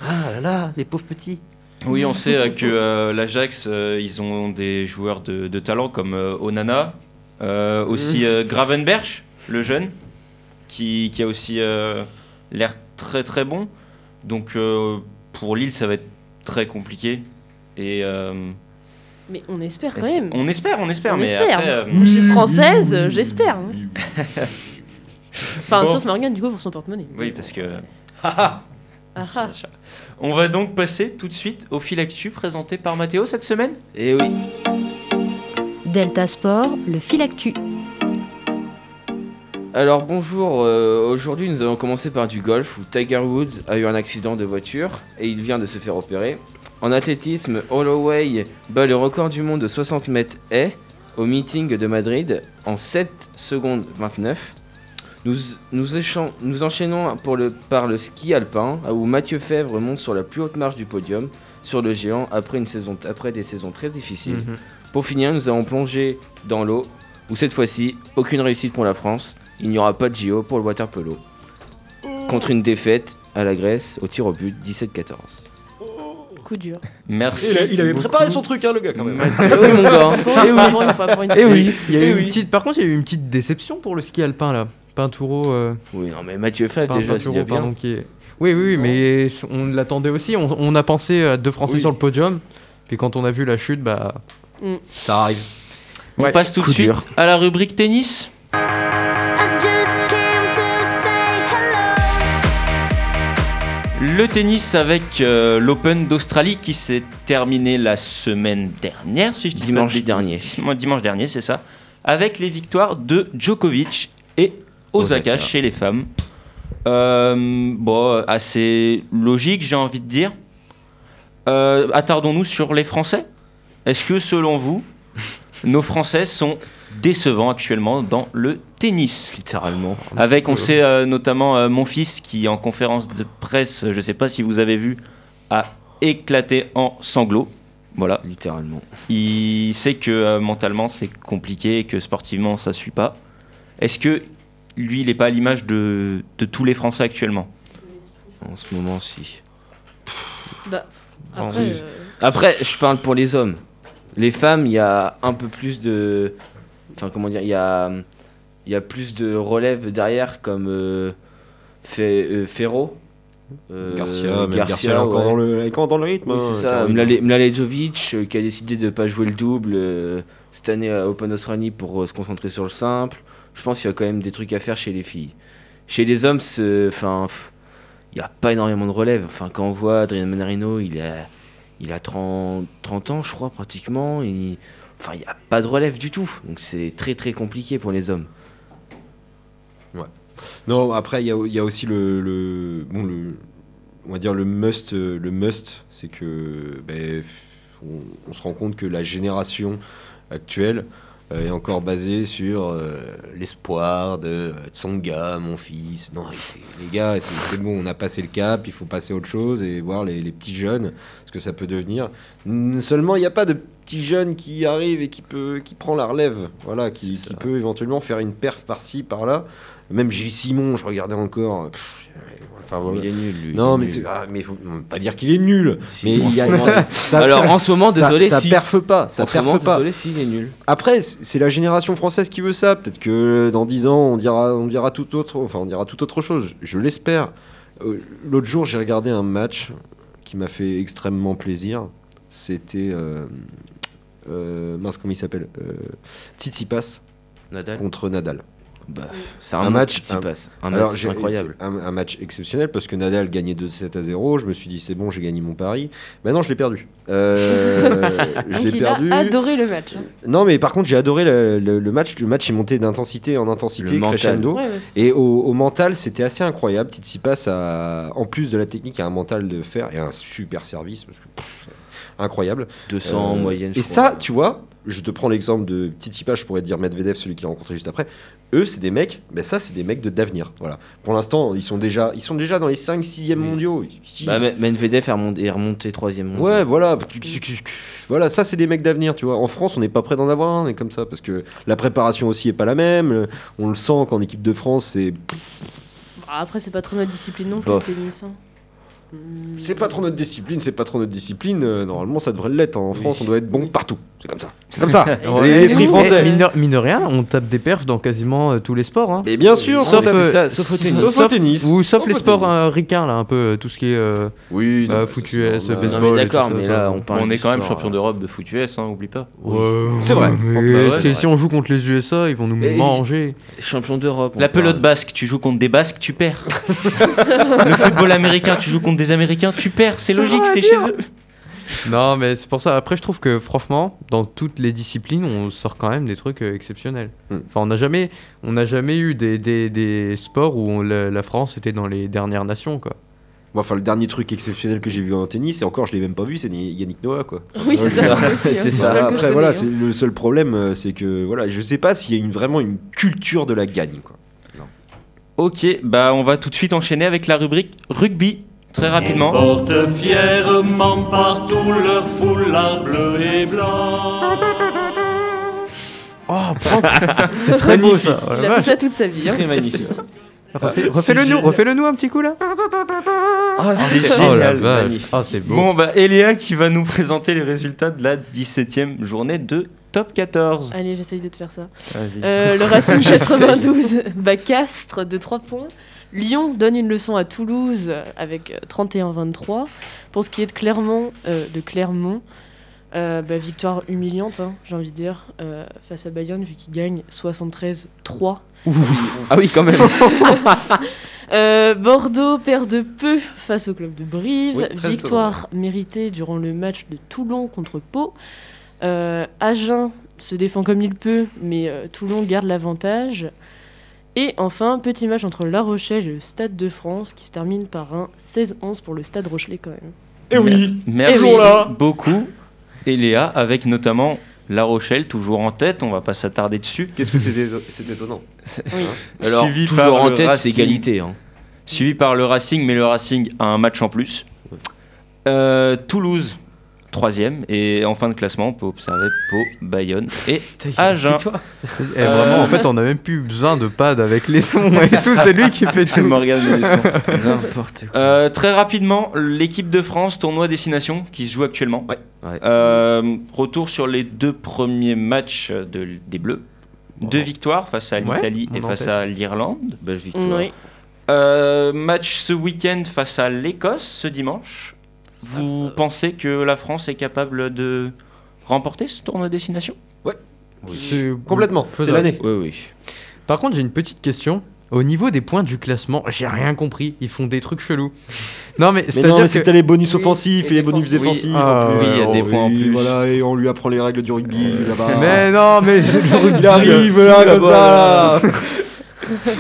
[SPEAKER 10] ah là là, les pauvres petits.
[SPEAKER 3] Oui, on sait euh, que euh, l'Ajax, euh, ils ont des joueurs de, de talent comme euh, Onana, euh, aussi euh, Gravenberch, le jeune, qui, qui a aussi euh, l'air très très bon. Donc euh, pour Lille, ça va être très compliqué. Et euh,
[SPEAKER 7] Mais on espère quand même.
[SPEAKER 3] on espère, on espère,
[SPEAKER 7] On
[SPEAKER 3] mais
[SPEAKER 7] espère.
[SPEAKER 3] après, euh,
[SPEAKER 7] Je suis française, euh, j'espère. hein. Enfin,
[SPEAKER 3] Bon.
[SPEAKER 7] sauf Morgane, du coup, pour son porte-monnaie.
[SPEAKER 3] oui, parce que
[SPEAKER 7] Ah, ah.
[SPEAKER 3] on va donc passer tout de suite au fil actu présenté par Mathéo cette semaine.
[SPEAKER 5] Et oui.
[SPEAKER 1] Delta Sport, le fil actu.
[SPEAKER 5] Alors bonjour, euh, aujourd'hui nous allons commencer par du golf où Tiger Woods a eu un accident de voiture et il vient de se faire opérer. En athlétisme, Holloway bat le record du monde de 60 mètres haies au meeting de Madrid en 7 secondes 29. Nous, nous, échan- nous enchaînons pour le, par le ski alpin où Mathieu Fèvre monte sur la plus haute marche du podium sur le géant après, une saison, après des saisons très difficiles.
[SPEAKER 4] Mm-hmm.
[SPEAKER 5] Pour finir, nous allons plonger dans l'eau, où cette fois-ci, aucune réussite pour la France. Il n'y aura pas de JO pour le water polo. Contre une défaite à la Grèce au tir au but 17-14.
[SPEAKER 7] Coup dur.
[SPEAKER 3] Merci.
[SPEAKER 10] Il, a- il avait
[SPEAKER 3] beaucoup.
[SPEAKER 10] préparé son truc, hein, le gars, quand même.
[SPEAKER 5] Eh oui, mon gars.
[SPEAKER 7] Pour une fois, pour une fois, pour une fois.
[SPEAKER 5] Eh oui.
[SPEAKER 4] Il y a
[SPEAKER 5] Eh
[SPEAKER 4] eu une
[SPEAKER 5] oui.
[SPEAKER 4] petite... Par contre, il y a eu une petite déception pour le ski alpin là. Pintouro. euh,
[SPEAKER 5] Oui, non, mais Mathieu Feb
[SPEAKER 4] Par-
[SPEAKER 5] Ah, déjà,
[SPEAKER 4] Peintureau,
[SPEAKER 5] c'est déjà bien.
[SPEAKER 4] pardon, qui est- Oui, oui, oui, mais on l'attendait aussi. On, on a pensé à deux Français
[SPEAKER 5] Oui.
[SPEAKER 4] sur le podium. Puis quand on a vu la chute, bah.
[SPEAKER 10] Ça arrive.
[SPEAKER 3] On
[SPEAKER 4] Ouais.
[SPEAKER 3] passe tout de
[SPEAKER 5] Coup
[SPEAKER 3] suite
[SPEAKER 5] dur.
[SPEAKER 3] à la rubrique tennis. Le tennis avec euh, l'Open d'Australie qui s'est terminé la semaine dernière, si je dis pas de
[SPEAKER 5] Dimanche
[SPEAKER 3] bêtises.
[SPEAKER 5] dernier.
[SPEAKER 3] Dim- Dimanche dernier, c'est ça. Avec les victoires de Djokovic et Osaka,
[SPEAKER 5] Osaka.
[SPEAKER 3] chez les femmes. Euh, bon, assez logique, j'ai envie de dire. Euh, Attardons-nous sur les Français. Est-ce que selon vous, nos Français sont décevants actuellement dans le tennis
[SPEAKER 5] Littéralement.
[SPEAKER 3] avec, on sait euh, notamment euh, mon fils qui, en conférence de presse, euh, je ne sais pas si vous avez vu, a éclaté en sanglots. Voilà.
[SPEAKER 5] Littéralement.
[SPEAKER 3] Il sait que euh, mentalement c'est compliqué et que sportivement ça suit pas. Est-ce que lui, il n'est pas à l'image de, de tous les Français actuellement
[SPEAKER 5] En ce moment, si.
[SPEAKER 7] Bah,
[SPEAKER 5] En
[SPEAKER 7] après,
[SPEAKER 5] plus.
[SPEAKER 7] euh,
[SPEAKER 5] Après, je parle pour les hommes. Les femmes, il y a un peu plus de. Enfin, comment dire Il y a, il y a plus de relève derrière, comme euh, Fe- euh, Ferro. euh,
[SPEAKER 10] Garcia, même Garcia, elle est
[SPEAKER 5] ouais.
[SPEAKER 10] encore dans le, elle est encore dans le rythme.
[SPEAKER 5] Oui,
[SPEAKER 10] hein,
[SPEAKER 5] c'est
[SPEAKER 10] t'as
[SPEAKER 5] ça.
[SPEAKER 10] envie de-
[SPEAKER 5] Mlade- Mladenovic euh, qui a décidé de pas jouer le double euh, cette année à Open Australia pour euh, se concentrer sur le simple. Je pense qu'il y a quand même des trucs à faire chez les filles. Chez les hommes, c'est- enfin, pff, il n'y a pas énormément de relève. Enfin, quand on voit Adrien Manarino, il a, il a 30, 30 ans, je crois, pratiquement. Il- enfin, il n'y a pas de relève du tout. Donc c'est très très compliqué pour les hommes.
[SPEAKER 10] Non, après, il y a, il y a aussi le, le- bon, le- on va dire le must, euh, le must, c'est que ben, on, on se rend compte que la génération actuelle euh, est encore basée sur euh, l'espoir de euh, Tsonga, mon fils. Non, c'est- les gars, c'est c'est bon, on a passé le cap, il faut passer à autre chose et voir les, les petits jeunes, ce que ça peut devenir. Mm, Seulement, il n'y a pas de petit jeune qui arrive et qui peut, qui prend la relève, voilà, qui,
[SPEAKER 5] C'est ça.
[SPEAKER 10] qui peut éventuellement faire une perf par-ci, par-là. Même Gilles Simon, je regardais encore. euh, pff, enfin, voilà.
[SPEAKER 5] Il est nul, lui.
[SPEAKER 10] Ah, Non,
[SPEAKER 5] Il
[SPEAKER 10] mais
[SPEAKER 5] est nul.
[SPEAKER 10] c'est ah, mais faut pas dire qu'il est nul.
[SPEAKER 5] Si.
[SPEAKER 10] Mais il y a, ça, ça-
[SPEAKER 5] Alors en ce moment,
[SPEAKER 10] ça-
[SPEAKER 5] désolé,
[SPEAKER 10] ça
[SPEAKER 5] si.
[SPEAKER 10] perfe pas, ça
[SPEAKER 5] en ce moment,
[SPEAKER 10] perfe pas.
[SPEAKER 5] désolé, si, il est nul.
[SPEAKER 10] Après, c- c'est la génération française qui veut ça. Peut-être que dans 10 ans, on dira, on dira tout autre, enfin, on dira tout autre chose. Je l'espère. Euh, L'autre jour, j'ai regardé un match qui m'a fait extrêmement plaisir. C'était euh, euh, mince, comment il s'appelle euh, Tsitsipas
[SPEAKER 5] Nadal.
[SPEAKER 10] contre Nadal.
[SPEAKER 5] Bah, c'est un,
[SPEAKER 10] Un
[SPEAKER 5] match
[SPEAKER 10] match,
[SPEAKER 5] qui s'y
[SPEAKER 10] un-
[SPEAKER 5] passe. Un
[SPEAKER 10] Alors,
[SPEAKER 5] match
[SPEAKER 10] j'ai-
[SPEAKER 5] incroyable.
[SPEAKER 10] c'est Un, un match exceptionnel parce que Nadal gagnait 2-7 à 0. Je me suis dit, c'est bon, j'ai gagné mon pari. Mais non, je l'ai perdu. Euh, je
[SPEAKER 7] Donc
[SPEAKER 10] l'ai
[SPEAKER 7] il
[SPEAKER 10] perdu.
[SPEAKER 7] a adoré le match. hein.
[SPEAKER 10] Non, mais par contre, j'ai adoré le, le- le match. Le match est monté d'intensité en
[SPEAKER 5] Le
[SPEAKER 10] intensité,
[SPEAKER 5] mental.
[SPEAKER 10] crescendo.
[SPEAKER 7] Ouais, bah, c'est-
[SPEAKER 10] Et au, au mental, c'était assez incroyable. Tsitsipas a, en plus de la technique, a un mental de fer et un super service. parce que, pff, incroyable.
[SPEAKER 5] 200 en
[SPEAKER 10] Euh,
[SPEAKER 5] moyenne. je
[SPEAKER 10] Et
[SPEAKER 5] crois.
[SPEAKER 10] ça, tu vois, je te prends l'exemple de Tsitsipas, je pourrais te dire Medvedev, celui qu'il a rencontré juste après. Eux, c'est des mecs, ben ça, c'est des mecs de d'avenir. Voilà. Pour l'instant, ils sont déjà ils sont déjà dans les 5 6e
[SPEAKER 5] Oui.
[SPEAKER 10] mondiaux. Ils-
[SPEAKER 5] Bah, M- Medvedev est remonté, est remonté troisième. mondial.
[SPEAKER 10] Ouais, voilà. Voilà, ça c'est des mecs d'avenir, tu vois. En France, on n'est pas prêt d'en avoir un, et comme ça, parce que la préparation aussi est pas la même. Euh, On le sent qu'en équipe de France, c'est
[SPEAKER 7] Ah, après, c'est pas trop ma discipline non plus, le
[SPEAKER 5] Bof.
[SPEAKER 7] tennis. hein.
[SPEAKER 10] c'est pas trop notre discipline, c'est pas trop notre discipline. Euh, normalement, ça devrait l'être. En France, on doit être bon partout. C'est comme ça. C'est comme ça.
[SPEAKER 7] Ouais.
[SPEAKER 10] c'est les esprits
[SPEAKER 7] Mais-
[SPEAKER 10] français.
[SPEAKER 4] Mine de, mine de rien, on tape des perfs dans quasiment euh, tous les sports. hein.
[SPEAKER 10] Mais bien sûr,
[SPEAKER 4] Sauf,
[SPEAKER 10] qu'on tape-
[SPEAKER 4] euh,
[SPEAKER 5] ça, sauf au tennis.
[SPEAKER 10] sauf au tennis.
[SPEAKER 4] Ou sauf
[SPEAKER 10] Sauf
[SPEAKER 4] les
[SPEAKER 10] au
[SPEAKER 4] sports
[SPEAKER 10] tennis.
[SPEAKER 4] euh, ricains, là, un peu euh, tout ce qui est. euh,
[SPEAKER 10] Oui,
[SPEAKER 4] Bah,
[SPEAKER 10] non,
[SPEAKER 4] foutu
[SPEAKER 10] ça,
[SPEAKER 4] S,
[SPEAKER 10] c'est normal.
[SPEAKER 5] Non,
[SPEAKER 4] baseball.
[SPEAKER 5] mais
[SPEAKER 4] et
[SPEAKER 5] d'accord,
[SPEAKER 4] tout ça,
[SPEAKER 5] mais
[SPEAKER 4] ça,
[SPEAKER 5] là,
[SPEAKER 4] bon.
[SPEAKER 5] on parle.
[SPEAKER 3] on est
[SPEAKER 5] du
[SPEAKER 3] quand même
[SPEAKER 5] sport, euh.
[SPEAKER 3] champion d'europe de foot US, hein, oublie pas.
[SPEAKER 4] Ouais,
[SPEAKER 10] C'est vrai.
[SPEAKER 4] mais
[SPEAKER 10] Bah ouais,
[SPEAKER 4] si-
[SPEAKER 3] c'est
[SPEAKER 4] si on joue contre les USA, ils vont nous
[SPEAKER 5] Et-
[SPEAKER 4] manger.
[SPEAKER 5] euh, Champion d'Europe. on
[SPEAKER 3] La
[SPEAKER 5] parle.
[SPEAKER 3] pelote basque, tu joues contre des basques, tu perds. le football américain, tu joues contre des américains, tu perds. C'est logique, c'est chez eux.
[SPEAKER 4] Non, mais c'est pour ça. Après, je trouve que franchement, dans toutes les disciplines, on sort quand même des trucs euh, exceptionnels.
[SPEAKER 10] Hmm.
[SPEAKER 4] Enfin, on n'a jamais, on n'a jamais eu des, des, des sports où on- la, la France était dans les dernières nations, quoi.
[SPEAKER 10] Bon, enfin, le dernier truc exceptionnel que j'ai vu en tennis, et encore, je l'ai même pas vu, c'est Ni- Yannick Noah, quoi.
[SPEAKER 7] Oui, c'est ça. moi aussi, hein.
[SPEAKER 5] C'est
[SPEAKER 7] le seul
[SPEAKER 5] ça.
[SPEAKER 7] que je
[SPEAKER 10] Après,
[SPEAKER 7] connais,
[SPEAKER 10] voilà,
[SPEAKER 7] hein.
[SPEAKER 10] c'est le seul problème, euh, c'est que voilà, je sais pas s'il y a une, vraiment une culture de la gagne, quoi.
[SPEAKER 3] Ok, bah on va tout de suite enchaîner avec la rubrique rugby, très rapidement.
[SPEAKER 5] Oh,
[SPEAKER 11] Portent fièrement partout leur foulard bleu et blanc.
[SPEAKER 4] Oh, c'est très beau ça.
[SPEAKER 7] Il a fait ça toute sa vie. hein.
[SPEAKER 5] Très magnifique.
[SPEAKER 4] Refais-le nous, refais-le nous un petit coup là.
[SPEAKER 5] Ah, c'est
[SPEAKER 4] Oh la
[SPEAKER 5] génial.
[SPEAKER 4] vache.
[SPEAKER 5] magnifique.
[SPEAKER 4] Ah, c'est beau.
[SPEAKER 3] Bon, bah Eléa qui va nous présenter les résultats de la 17ème journée de Top 14.
[SPEAKER 7] Allez, j'essaye de te faire ça.
[SPEAKER 3] Vas-y.
[SPEAKER 7] Euh, le Racing 92 bat Castres de 3 points. Lyon donne une leçon à Toulouse avec euh, 31-23. Pour ce qui est de Clermont, euh, de Clermont euh, bah, victoire humiliante, hein, j'ai envie de dire, euh, face à Bayonne, vu qu'il gagne 73-3.
[SPEAKER 5] Ah oui, quand même.
[SPEAKER 7] Euh, Bordeaux perd de peu face au club de Brive.
[SPEAKER 10] Oui, 13
[SPEAKER 7] Victoire méritée durant le match de Toulon contre Pau. Euh, Agen se défend comme il peut, mais euh, Toulon garde l'avantage. Et enfin, petit match entre La Rochelle et le Stade de France qui se termine par un 16-11 pour le Stade Rochelet quand même.
[SPEAKER 11] Et Eh oui,
[SPEAKER 3] Merci
[SPEAKER 7] Toujours là.
[SPEAKER 3] beaucoup Eléa, avec notamment La Rochelle toujours en tête, on va pas s'attarder dessus.
[SPEAKER 10] Qu'est-ce que c'est éto- c'est étonnant.
[SPEAKER 5] Alors,
[SPEAKER 3] Suivi par
[SPEAKER 5] toujours en
[SPEAKER 3] le
[SPEAKER 5] tête, c'est
[SPEAKER 3] Racing.
[SPEAKER 5] égalité. hein.
[SPEAKER 3] Suivi par le Racing, mais le Racing a un match en plus. Euh, Toulouse, troisième. Et en fin de classement, on peut observer Pau, Bayonne et Agen.
[SPEAKER 4] Et vraiment,
[SPEAKER 10] euh,
[SPEAKER 4] en fait, on n'a même plus besoin de pad avec les sons et tout. C'est lui qui fait
[SPEAKER 3] C'est
[SPEAKER 4] tout.
[SPEAKER 3] Morgane de Lesson.
[SPEAKER 5] N'importe quoi.
[SPEAKER 3] Euh, très rapidement, l'équipe de France, tournoi destination qui se joue actuellement.
[SPEAKER 5] Ouais.
[SPEAKER 3] Euh, retour sur les deux premiers matchs de- des Bleus. Deux victoires face à
[SPEAKER 4] Ouais,
[SPEAKER 3] l'Italie
[SPEAKER 4] on
[SPEAKER 3] et
[SPEAKER 4] est en
[SPEAKER 3] face
[SPEAKER 4] tête.
[SPEAKER 3] à l'Irlande.
[SPEAKER 5] Belle victoire.
[SPEAKER 7] Oui.
[SPEAKER 3] Euh, match ce week-end face à l'Écosse ce dimanche. Vous
[SPEAKER 7] Ah, ça-
[SPEAKER 3] pensez que la France est capable de remporter ce tournoi destination
[SPEAKER 4] C'est
[SPEAKER 10] Complètement, c'est
[SPEAKER 4] faisable.
[SPEAKER 10] l'année.
[SPEAKER 5] Oui, oui.
[SPEAKER 4] Par contre, j'ai une petite question. Au niveau des points du classement, j'ai rien compris. Ils font des trucs chelous. Non, mais
[SPEAKER 10] Mais non,
[SPEAKER 4] c'est-à-dire
[SPEAKER 10] mais c'est que
[SPEAKER 4] que.
[SPEAKER 10] t'as les bonus
[SPEAKER 6] Oui,
[SPEAKER 10] offensifs
[SPEAKER 6] et
[SPEAKER 10] et les bonus
[SPEAKER 6] défensifs.
[SPEAKER 10] défensifs.
[SPEAKER 4] Oui, ah, oui,
[SPEAKER 3] il y a
[SPEAKER 10] oh,
[SPEAKER 3] des points en
[SPEAKER 10] oui,
[SPEAKER 3] plus.
[SPEAKER 10] Voilà, et on lui apprend les règles du rugby là-bas.
[SPEAKER 4] Mais non, mais c'est le rugby.
[SPEAKER 10] Il arrive là comme ça. là.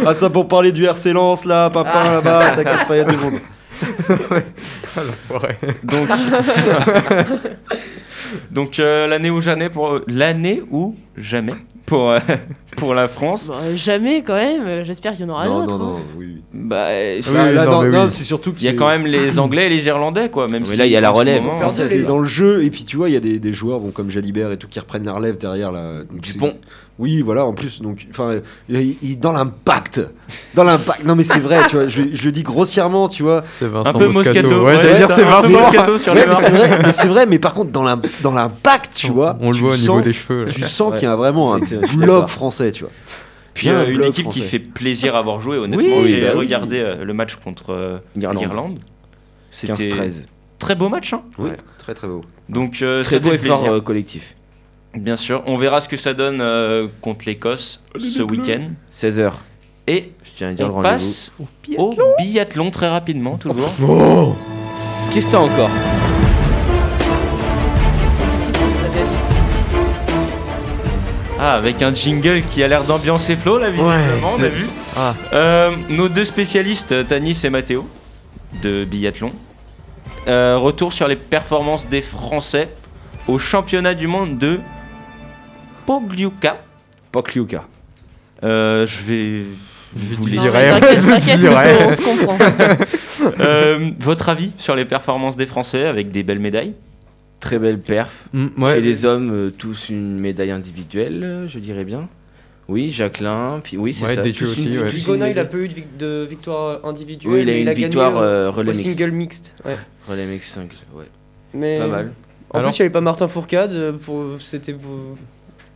[SPEAKER 10] ah ça pour parler du RC Lens là, papa là-bas, t'inquiète pas, il y a deux secondes.
[SPEAKER 4] Ah, l'enfoiré.
[SPEAKER 3] Donc, Donc euh, l'année ou jamais pour l'année ou jamais pour euh, pour la France.
[SPEAKER 7] Bon, jamais quand même, j'espère qu'il y en aura
[SPEAKER 10] non, non,
[SPEAKER 7] d'autres.
[SPEAKER 10] non, oui.
[SPEAKER 3] Bah,
[SPEAKER 10] oui.
[SPEAKER 4] Oui,
[SPEAKER 10] Là, là,
[SPEAKER 4] non,
[SPEAKER 10] non,
[SPEAKER 4] mais
[SPEAKER 10] non,
[SPEAKER 4] oui.
[SPEAKER 10] c'est surtout que
[SPEAKER 3] Il y a
[SPEAKER 10] c'est-
[SPEAKER 3] quand même les Anglais et les Irlandais, quoi. Même
[SPEAKER 5] Mais
[SPEAKER 3] si
[SPEAKER 5] là, il y a la
[SPEAKER 3] en ce
[SPEAKER 5] relève.
[SPEAKER 3] moment,
[SPEAKER 5] Faire
[SPEAKER 3] c'est-
[SPEAKER 10] hein. C'est dans le jeu, et puis tu vois, il y a des, des joueurs bon, comme Jalibert et tout qui reprennent la relève derrière. Là. Donc,
[SPEAKER 5] Dupont.
[SPEAKER 10] c'est- Oui, voilà, en plus, donc, enfin, il- il- dans l'impact. Dans l'impact. Non, mais c'est vrai, tu vois, je, le- je le dis grossièrement, tu vois.
[SPEAKER 4] C'est Vincent
[SPEAKER 3] un peu Moscato.
[SPEAKER 4] Ouais,
[SPEAKER 3] ouais,
[SPEAKER 4] j'allais dire
[SPEAKER 3] ça,
[SPEAKER 4] c'est
[SPEAKER 3] un peu
[SPEAKER 4] Vincent.
[SPEAKER 3] Moscato sur
[SPEAKER 10] Ouais,
[SPEAKER 3] les
[SPEAKER 10] mais c'est
[SPEAKER 3] barres.
[SPEAKER 10] vrai, mais c'est vrai, mais par contre, dans l'im- dans l'impact, tu vois.
[SPEAKER 4] On le
[SPEAKER 10] tu
[SPEAKER 4] voit au niveau
[SPEAKER 10] sens-
[SPEAKER 4] des cheveux. là.
[SPEAKER 10] Tu sens
[SPEAKER 5] Ouais.
[SPEAKER 10] qu'il y a vraiment un
[SPEAKER 5] C'est- je suis
[SPEAKER 10] bloc
[SPEAKER 5] d'accord.
[SPEAKER 10] français, tu vois.
[SPEAKER 3] Puis
[SPEAKER 10] Bien,
[SPEAKER 3] euh, une
[SPEAKER 10] bloc
[SPEAKER 3] équipe qui
[SPEAKER 10] français.
[SPEAKER 3] fait plaisir à avoir joué, honnêtement.
[SPEAKER 10] Oui,
[SPEAKER 3] J'ai
[SPEAKER 10] bah oui.
[SPEAKER 3] regardé euh, le match contre euh,
[SPEAKER 5] Irlande.
[SPEAKER 3] l'Irlande. C'était
[SPEAKER 5] 15-13.
[SPEAKER 3] très beau match. hein.
[SPEAKER 10] Oui,
[SPEAKER 5] Ouais.
[SPEAKER 10] très très beau.
[SPEAKER 3] Donc, euh,
[SPEAKER 5] Très
[SPEAKER 3] ça
[SPEAKER 5] beau
[SPEAKER 3] fait
[SPEAKER 5] effort
[SPEAKER 3] plaisir.
[SPEAKER 5] euh, collectif.
[SPEAKER 3] Bien sûr, on verra ce que ça donne euh, contre l'Écosse ce week-end.
[SPEAKER 5] 16h.
[SPEAKER 3] Et
[SPEAKER 5] Je tiens à dire le
[SPEAKER 3] on
[SPEAKER 5] rendez-vous.
[SPEAKER 3] passe au biathlon très rapidement, toujours.
[SPEAKER 5] Qu'est-ce que t'as encore
[SPEAKER 3] Ah, avec un jingle qui a l'air d'ambiancer Flo, là, visiblement, on a vu.
[SPEAKER 4] Ah.
[SPEAKER 3] Euh, nos deux spécialistes, Tanis et Mathéo, de biathlon. Euh, retour sur les performances des Français au championnat du monde de Pogliuca.
[SPEAKER 5] Pokliuka.
[SPEAKER 3] Euh, je vais vous les
[SPEAKER 7] Non,
[SPEAKER 4] dirai,
[SPEAKER 7] mais t'inquiète,
[SPEAKER 4] je
[SPEAKER 7] t'inquiète,
[SPEAKER 4] dirai.
[SPEAKER 7] Nico, on se comprend.
[SPEAKER 3] Euh, votre avis sur les performances des Français avec des belles médailles
[SPEAKER 5] Très belle perf.
[SPEAKER 4] Mm, ouais.
[SPEAKER 5] Chez les hommes, euh, tous une médaille individuelle, euh, je dirais bien. Oui, Jacqueline. puis- oui, c'est
[SPEAKER 4] Ouais,
[SPEAKER 5] ça.
[SPEAKER 4] des
[SPEAKER 5] tous
[SPEAKER 4] jeux
[SPEAKER 5] une-
[SPEAKER 4] aussi, ouais.
[SPEAKER 5] tous une
[SPEAKER 6] Bigona, il a
[SPEAKER 5] médaille.
[SPEAKER 6] peu eu de, vic- de victoire individuelle.
[SPEAKER 5] Oui, il a
[SPEAKER 6] mais
[SPEAKER 5] eu une
[SPEAKER 6] gagné
[SPEAKER 5] victoire
[SPEAKER 6] au-
[SPEAKER 5] euh, relais
[SPEAKER 6] au
[SPEAKER 5] mixte.
[SPEAKER 6] single mixte. ouais.
[SPEAKER 5] Relais mixte single, ouais.
[SPEAKER 6] Mais
[SPEAKER 5] Pas mal.
[SPEAKER 6] En
[SPEAKER 4] Alors-
[SPEAKER 6] plus, il n'y avait pas Martin Fourcade. euh, Pour... C'était pour-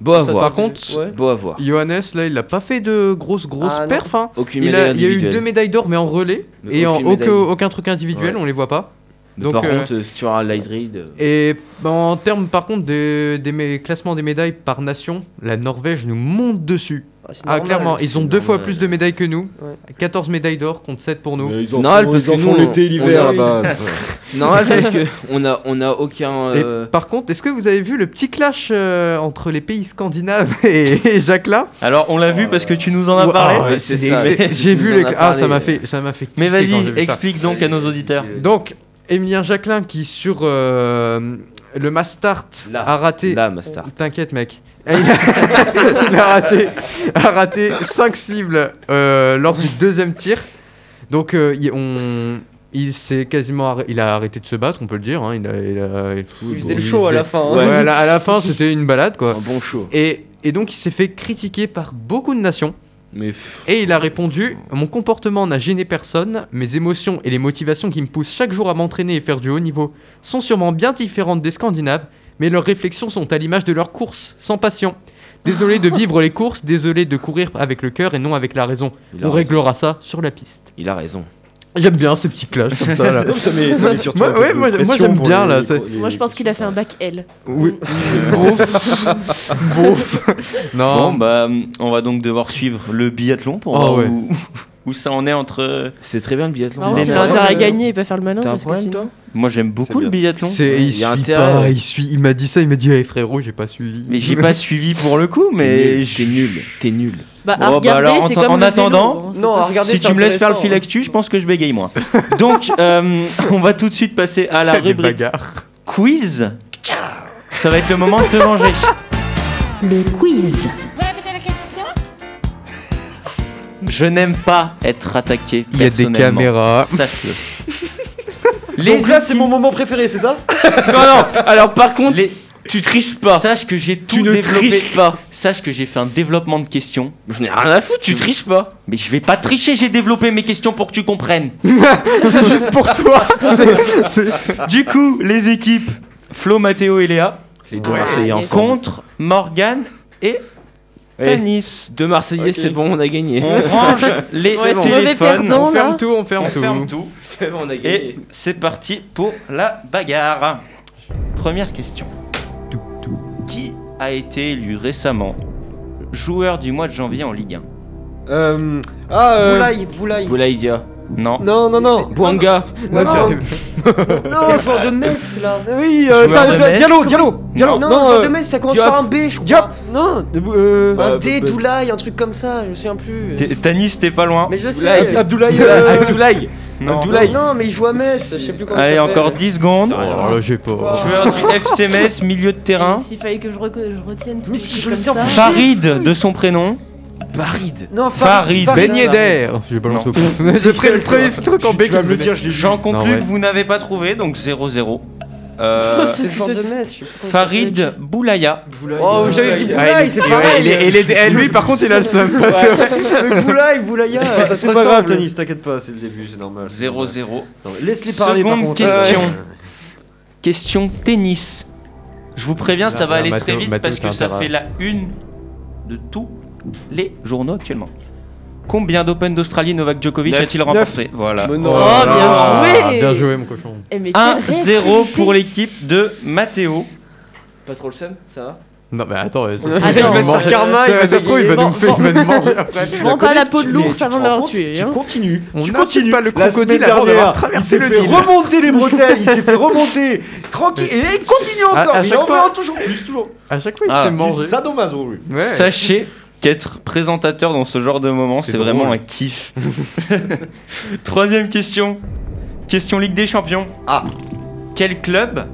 [SPEAKER 5] Beau à
[SPEAKER 6] ça
[SPEAKER 5] voir.
[SPEAKER 4] Par
[SPEAKER 6] t'a-
[SPEAKER 4] contre,
[SPEAKER 6] ouais.
[SPEAKER 5] Beau à voir.
[SPEAKER 4] Johannes, là, il a pas fait de grosses grosses
[SPEAKER 6] Ah, non.
[SPEAKER 4] perfs. hein.
[SPEAKER 5] Aucune
[SPEAKER 4] Il a,
[SPEAKER 5] médaille
[SPEAKER 4] il y a eu
[SPEAKER 5] individuelle.
[SPEAKER 4] deux médailles d'or, mais en relais
[SPEAKER 5] Mais
[SPEAKER 4] et en
[SPEAKER 5] aucune
[SPEAKER 4] aucun,
[SPEAKER 5] médaille.
[SPEAKER 4] aucun truc individuel,
[SPEAKER 5] Ouais.
[SPEAKER 4] on les voit pas.
[SPEAKER 5] Mais
[SPEAKER 4] donc,
[SPEAKER 5] par
[SPEAKER 4] euh,
[SPEAKER 5] contre, euh, si tu auras Lightread, euh,
[SPEAKER 4] Et bah, en termes, par contre, des, des mé- classements des médailles par nation, la Norvège nous monte dessus.
[SPEAKER 6] Ah, c'est
[SPEAKER 4] Ah,
[SPEAKER 6] normal.
[SPEAKER 4] clairement, ils ont
[SPEAKER 5] c'est
[SPEAKER 4] deux fois
[SPEAKER 5] normal.
[SPEAKER 4] plus de médailles que nous.
[SPEAKER 6] Ouais.
[SPEAKER 4] 14 médailles d'or contre 7 pour nous.
[SPEAKER 10] Mais ils
[SPEAKER 5] C'est
[SPEAKER 10] en
[SPEAKER 5] normal,
[SPEAKER 10] font,
[SPEAKER 5] parce
[SPEAKER 10] ils en
[SPEAKER 5] que
[SPEAKER 10] font
[SPEAKER 5] nous,
[SPEAKER 10] l'été et
[SPEAKER 5] on-
[SPEAKER 10] l'hiver
[SPEAKER 5] on a-
[SPEAKER 10] à base.
[SPEAKER 5] c'est normal parce que on a on a aucun.
[SPEAKER 4] Et
[SPEAKER 5] euh,
[SPEAKER 4] par contre, est-ce que vous avez vu le petit clash euh, entre les pays scandinaves et, et Jacqueline
[SPEAKER 3] Alors, on
[SPEAKER 4] Oh
[SPEAKER 3] l'a vu parce que tu nous en as
[SPEAKER 4] Ouah,
[SPEAKER 3] parlé.
[SPEAKER 5] ouais, c'est ça.
[SPEAKER 4] C'est-
[SPEAKER 5] mais-
[SPEAKER 4] J'ai vu
[SPEAKER 5] nous
[SPEAKER 4] les.
[SPEAKER 5] en a
[SPEAKER 4] Ah, ça
[SPEAKER 5] parlé.
[SPEAKER 4] m'a fait, ça m'a fait.
[SPEAKER 3] Mais
[SPEAKER 4] kiffer quand j'ai
[SPEAKER 3] vas-y,
[SPEAKER 4] vu ça.
[SPEAKER 3] explique donc à nos auditeurs.
[SPEAKER 5] euh,
[SPEAKER 4] Donc, Émilien Jacquelin qui sur euh, le Mastart
[SPEAKER 5] Là.
[SPEAKER 4] a raté.
[SPEAKER 5] Là, Master.
[SPEAKER 4] T'inquiète, mec. Et Il a, il a raté, a raté 5 cibles euh, lors du deuxième tir. Donc, euh, il- on. Il s'est quasiment, arr- il a arrêté de se battre, on peut le dire. hein, Il, a- il a-
[SPEAKER 6] Il faisait le show à la fin. hein.
[SPEAKER 4] Ouais, à la- à la fin, c'était une balade quoi.
[SPEAKER 5] Un bon show.
[SPEAKER 4] Et, et donc il s'est fait critiquer par beaucoup de nations.
[SPEAKER 5] Mais pff,
[SPEAKER 4] Et il a répondu Mon comportement n'a gêné personne, mes émotions et les motivations qui me poussent chaque jour à m'entraîner et faire du haut niveau sont sûrement bien différentes des Scandinaves, mais leurs réflexions sont à l'image de leurs courses, sans passion. Désolé de vivre les courses, désolé de courir avec le cœur et non avec la raison.
[SPEAKER 5] il a,
[SPEAKER 4] On
[SPEAKER 5] raison.
[SPEAKER 4] réglera ça sur la piste.
[SPEAKER 5] il a raison.
[SPEAKER 4] J'aime bien ce petit clash comme ça là.
[SPEAKER 10] Non, mais ça met, ça met surtout
[SPEAKER 4] Moi-
[SPEAKER 10] un peu
[SPEAKER 4] ouais,
[SPEAKER 10] de
[SPEAKER 4] moi- moi,
[SPEAKER 10] pression
[SPEAKER 4] j'aime
[SPEAKER 10] pour
[SPEAKER 4] bien,
[SPEAKER 10] les-
[SPEAKER 4] là,
[SPEAKER 10] les-
[SPEAKER 4] c'est-
[SPEAKER 10] les-
[SPEAKER 7] Moi, je pense qu'il a fait un bac L.
[SPEAKER 4] Oui. Beauf. Beauf. Non.
[SPEAKER 3] Bon, bah, on va donc devoir suivre le biathlon pour
[SPEAKER 4] Oh,
[SPEAKER 3] voir
[SPEAKER 4] ouais.
[SPEAKER 3] où, où ça en est entre.
[SPEAKER 5] C'est très bien le biathlon.
[SPEAKER 7] Par contre,
[SPEAKER 3] les
[SPEAKER 7] il a
[SPEAKER 3] nations,
[SPEAKER 7] intérêt à
[SPEAKER 3] euh,
[SPEAKER 7] gagner et pas faire le malin.
[SPEAKER 5] T'as un
[SPEAKER 7] Parce que
[SPEAKER 5] problème,
[SPEAKER 7] sinon...
[SPEAKER 5] toi
[SPEAKER 3] Moi, j'aime beaucoup
[SPEAKER 10] C'est
[SPEAKER 3] le
[SPEAKER 10] bien.
[SPEAKER 3] biathlon.
[SPEAKER 4] C'est, il,
[SPEAKER 5] Il y a
[SPEAKER 4] suit
[SPEAKER 5] intérêt.
[SPEAKER 4] pas, il suit, il m'a dit ça, il m'a dit, hey, frérot, j'ai pas suivi.
[SPEAKER 3] Mais j'ai pas suivi pour le coup, mais.
[SPEAKER 5] t'es nul, t'es nul.
[SPEAKER 7] Bah, à
[SPEAKER 3] Oh, bah
[SPEAKER 7] regarder,
[SPEAKER 3] alors, en
[SPEAKER 7] c'est
[SPEAKER 3] ta-
[SPEAKER 7] comme
[SPEAKER 3] en
[SPEAKER 7] le
[SPEAKER 3] attendant,
[SPEAKER 7] vélo, hein, c'est
[SPEAKER 6] Non,
[SPEAKER 7] pas-
[SPEAKER 6] regardez,
[SPEAKER 3] si tu me laisses faire le fil
[SPEAKER 6] hein.
[SPEAKER 3] actu, je pense que je bégaye moi. hein. Donc, euh, on va tout de suite passer à la
[SPEAKER 4] des
[SPEAKER 3] rubrique
[SPEAKER 4] bagarres.
[SPEAKER 3] quiz. Ça va être le moment de te manger.
[SPEAKER 1] Le quiz.
[SPEAKER 3] Je n'aime pas être attaqué.
[SPEAKER 4] Il y a des
[SPEAKER 3] personnellement.
[SPEAKER 4] caméras.
[SPEAKER 3] Sache-le.
[SPEAKER 10] Donc là, c'est mon moment préféré, c'est ça
[SPEAKER 5] non, non, alors par contre,
[SPEAKER 3] Les-
[SPEAKER 5] tu triches pas.
[SPEAKER 3] Sache que j'ai tout
[SPEAKER 5] tu ne
[SPEAKER 3] développé.
[SPEAKER 5] triches pas.
[SPEAKER 3] Sache que j'ai fait un développement de questions.
[SPEAKER 5] Je n'ai rien à foutre, tu triches pas.
[SPEAKER 3] Mais je vais pas tricher, j'ai développé mes questions pour que tu comprennes.
[SPEAKER 4] C'est juste pour toi. C'est- c'est-
[SPEAKER 3] Du coup, les équipes Flo, Mathéo et Léa
[SPEAKER 5] Les deux
[SPEAKER 7] Ouais.
[SPEAKER 5] Marseillais
[SPEAKER 7] Ah,
[SPEAKER 5] ensemble.
[SPEAKER 3] contre Morgane et Tanis.
[SPEAKER 5] Deux Marseillais,
[SPEAKER 10] Ok.
[SPEAKER 5] c'est bon, on a gagné.
[SPEAKER 3] On range les
[SPEAKER 7] Ouais, t'es mauvais
[SPEAKER 3] téléphones.
[SPEAKER 7] perdant. là.
[SPEAKER 4] on ferme tout, on ferme
[SPEAKER 3] On
[SPEAKER 4] tout.
[SPEAKER 3] ferme tout.
[SPEAKER 5] C'est bon, on a
[SPEAKER 3] Et c'est parti pour la bagarre. Première question. Qui a été élu récemment joueur du mois de janvier en Ligue 1
[SPEAKER 10] Euh, Ah, euh...
[SPEAKER 6] Boulaye, Boulaye.
[SPEAKER 5] Boulaïdia.
[SPEAKER 3] Non.
[SPEAKER 10] Non, non, non.
[SPEAKER 5] Bouanga.
[SPEAKER 6] Non,
[SPEAKER 10] Non, non,
[SPEAKER 6] C'est le joueur de Metz là.
[SPEAKER 10] Oui, euh,
[SPEAKER 3] Joueur de
[SPEAKER 10] t'as-
[SPEAKER 3] Metz.
[SPEAKER 10] Diallo, Diallo, Diallo.
[SPEAKER 6] non, le joueur de
[SPEAKER 10] euh,
[SPEAKER 6] Metz, ça commence
[SPEAKER 5] Diop.
[SPEAKER 6] par un B, je crois.
[SPEAKER 10] Diop. Non, de Bou- euh,
[SPEAKER 6] Un
[SPEAKER 5] Bah,
[SPEAKER 6] D,
[SPEAKER 5] bah, bah.
[SPEAKER 6] Doulaye, un truc comme ça, je me souviens plus.
[SPEAKER 3] T- Tanis, t'es pas loin.
[SPEAKER 6] Mais je
[SPEAKER 5] Boulaye.
[SPEAKER 6] sais.
[SPEAKER 10] Abdoulaye. euh,
[SPEAKER 5] Boulaye.
[SPEAKER 3] Non.
[SPEAKER 6] Doulaye. Non, mais il joue à Metz, je sais plus comment il
[SPEAKER 3] Allez,
[SPEAKER 6] s'appelle.
[SPEAKER 3] encore 10 secondes.
[SPEAKER 5] Sérieux.
[SPEAKER 4] Alors là, j'ai pas.
[SPEAKER 3] Joueur du FC Metz, milieu de terrain.
[SPEAKER 7] S'il fallait que je, reco- je retienne tout.
[SPEAKER 6] Mais si, je le
[SPEAKER 7] Ah.
[SPEAKER 6] sais en plus.
[SPEAKER 3] Farid de son prénom.
[SPEAKER 5] Baride.
[SPEAKER 6] Non,
[SPEAKER 3] Farid.
[SPEAKER 4] Beignet d'air. J'ai balancé au pouf. J'ai pris le premier truc en
[SPEAKER 10] Tu
[SPEAKER 4] bec.
[SPEAKER 10] vas me le dire, je l'ai
[SPEAKER 3] J'en
[SPEAKER 4] Non,
[SPEAKER 3] conclus
[SPEAKER 4] ouais.
[SPEAKER 3] que vous n'avez pas trouvé, donc 0-0.
[SPEAKER 7] Oh,
[SPEAKER 3] Euh,
[SPEAKER 6] C'est le joueur de Metz, je suis
[SPEAKER 3] Farid Boulaya.
[SPEAKER 6] Oh, j'avais dit Boulaye, c'est
[SPEAKER 4] pareil.
[SPEAKER 6] pareil.
[SPEAKER 4] lui, par contre, il a le seum. parce que-
[SPEAKER 6] Mais Boulaye, Boulaya, ça se
[SPEAKER 10] C'est pas grave,
[SPEAKER 6] ressemble.
[SPEAKER 10] Tanis, t'inquiète pas, c'est le début, c'est normal.
[SPEAKER 3] 0-0.
[SPEAKER 10] Non, mais Laisse-les parler, par
[SPEAKER 3] Seconde
[SPEAKER 10] contre.
[SPEAKER 3] question.
[SPEAKER 10] Ouais.
[SPEAKER 3] Question tennis. Je vous préviens, ça va
[SPEAKER 4] Là,
[SPEAKER 3] aller
[SPEAKER 4] Mathéo-
[SPEAKER 3] très vite
[SPEAKER 4] Mathéo,
[SPEAKER 3] parce
[SPEAKER 4] t'as
[SPEAKER 3] que ça
[SPEAKER 4] intérêt.
[SPEAKER 3] fait la une de tous les journaux actuellement. Combien d'Open d'Australie Novak Djokovic
[SPEAKER 5] Neuf.
[SPEAKER 3] a-t-il remporté Voilà.
[SPEAKER 7] Oh, bien
[SPEAKER 4] Ah,
[SPEAKER 7] joué.
[SPEAKER 4] Bien joué, mon cochon.
[SPEAKER 7] Eh, mais quelle
[SPEAKER 3] 1-0
[SPEAKER 7] réactivité.
[SPEAKER 3] pour l'équipe de Matteo.
[SPEAKER 5] Pas trop le seum, ça va
[SPEAKER 4] Non, mais attends, ça, se trouve,
[SPEAKER 7] Attends.
[SPEAKER 4] il va
[SPEAKER 7] Il va
[SPEAKER 4] nous
[SPEAKER 7] se faire
[SPEAKER 4] manger.
[SPEAKER 6] karma, il
[SPEAKER 4] ça,
[SPEAKER 6] va
[SPEAKER 4] ça se trouve, il va
[SPEAKER 7] payer.
[SPEAKER 4] nous, faire- il va nous manger après.
[SPEAKER 7] Je vends pas la peau de l'ours avant de l'avoir tué.
[SPEAKER 11] Tu
[SPEAKER 7] hein.
[SPEAKER 11] continues.
[SPEAKER 4] On
[SPEAKER 11] tu
[SPEAKER 4] n'insulte
[SPEAKER 11] continues.
[SPEAKER 4] pas le
[SPEAKER 11] La
[SPEAKER 4] crocodile
[SPEAKER 11] semaine
[SPEAKER 4] avant d'avoir
[SPEAKER 11] dernière,
[SPEAKER 4] traversé
[SPEAKER 11] il s'est
[SPEAKER 4] le
[SPEAKER 11] fait
[SPEAKER 4] Nil.
[SPEAKER 11] remonter les bretelles. Il s'est fait remonter. Tranquille. Et là, il continue
[SPEAKER 4] À-
[SPEAKER 11] encore.
[SPEAKER 4] à
[SPEAKER 11] mais il
[SPEAKER 4] chaque
[SPEAKER 11] en
[SPEAKER 4] fois-
[SPEAKER 11] veut un toujours plus. Toujours.
[SPEAKER 4] À chaque fois, il
[SPEAKER 3] Ah,
[SPEAKER 4] se fait
[SPEAKER 3] il
[SPEAKER 4] manger.
[SPEAKER 11] Il sadomaso, lui.
[SPEAKER 4] Ouais.
[SPEAKER 3] Sachez qu'être présentateur dans ce genre de moment,
[SPEAKER 10] C'est
[SPEAKER 3] c'est vraiment
[SPEAKER 10] drôle.
[SPEAKER 3] un kiff. Troisième question. Question Ligue des Champions.
[SPEAKER 9] Ah.
[SPEAKER 3] Quel club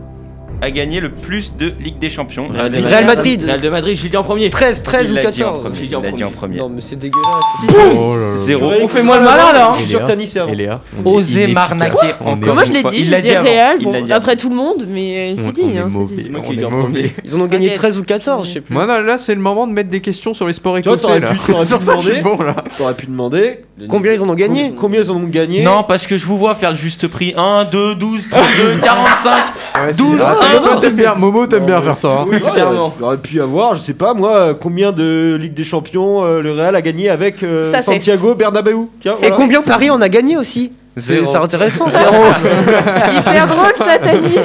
[SPEAKER 3] a gagné le plus de Ligue des Champions
[SPEAKER 6] Real
[SPEAKER 3] Madrid.
[SPEAKER 6] Real Madrid.
[SPEAKER 5] Real de Madrid, je l'ai dit en premier.
[SPEAKER 6] 13, 13
[SPEAKER 3] Il
[SPEAKER 6] ou
[SPEAKER 3] l'a dit en
[SPEAKER 6] 14
[SPEAKER 3] premier.
[SPEAKER 5] J'ai dit
[SPEAKER 3] Il
[SPEAKER 5] en
[SPEAKER 3] l'a dit en premier.
[SPEAKER 6] Non, mais c'est dégueulasse.
[SPEAKER 7] Si, si, si.
[SPEAKER 4] Oh là là.
[SPEAKER 3] Zéro.
[SPEAKER 11] Ouais,
[SPEAKER 5] On fait moins le malin, là, hein.
[SPEAKER 11] Je suis sûr que t'as nié avant.
[SPEAKER 4] Et Léa on est
[SPEAKER 3] Oser
[SPEAKER 4] inefficace.
[SPEAKER 3] m'arnaquer
[SPEAKER 4] On est-
[SPEAKER 3] encore.
[SPEAKER 7] Moi je l'ai
[SPEAKER 3] Une fois.
[SPEAKER 7] dit,
[SPEAKER 3] Il
[SPEAKER 7] je
[SPEAKER 3] l'a
[SPEAKER 7] dis
[SPEAKER 3] dit avant.
[SPEAKER 7] Real,
[SPEAKER 3] Il
[SPEAKER 7] bon,
[SPEAKER 3] l'a dit
[SPEAKER 7] après tout le monde, mais euh,
[SPEAKER 4] On-
[SPEAKER 7] c'est
[SPEAKER 4] on
[SPEAKER 7] dit.
[SPEAKER 4] est
[SPEAKER 7] hein, c'est
[SPEAKER 4] mauvais,
[SPEAKER 7] dit.
[SPEAKER 4] on
[SPEAKER 5] qui
[SPEAKER 4] est
[SPEAKER 5] l'ai dit en
[SPEAKER 4] mauvais.
[SPEAKER 6] Ils en ont gagné
[SPEAKER 7] Ok.
[SPEAKER 6] 13 ou 14, je sais plus.
[SPEAKER 4] Moi, non, là, c'est le moment de mettre des questions sur les sports
[SPEAKER 11] Toi,
[SPEAKER 4] écossais.
[SPEAKER 11] t'aurais
[SPEAKER 4] là.
[SPEAKER 11] pu- t'aurais
[SPEAKER 4] Ça,
[SPEAKER 11] pu demander.
[SPEAKER 4] c'est bon, là.
[SPEAKER 11] T'aurais pu demander
[SPEAKER 6] Combien ils en ont gagné
[SPEAKER 11] combien ils en ont gagné.
[SPEAKER 3] Non, parce que je vous vois faire le juste prix. 1, 2, 12, 32, 45.
[SPEAKER 4] Ouais, c'est-
[SPEAKER 3] 12,
[SPEAKER 4] Ah,
[SPEAKER 3] un,
[SPEAKER 4] Toi, t'aimes bien. Momo, t'aimes bien faire ça. hein.
[SPEAKER 11] Oui,
[SPEAKER 5] clairement.
[SPEAKER 11] Il aurait pu avoir, je sais pas moi, euh, combien de Ligue des Champions euh, le Real a gagné avec euh,
[SPEAKER 7] Ça, c'est-
[SPEAKER 11] Santiago Bernabeu. Tiens,
[SPEAKER 6] Et
[SPEAKER 11] voilà.
[SPEAKER 6] combien Paris en a gagné aussi C'est
[SPEAKER 3] Zéro.
[SPEAKER 6] c'est intéressant.
[SPEAKER 7] Hyper drôle ça, Tanis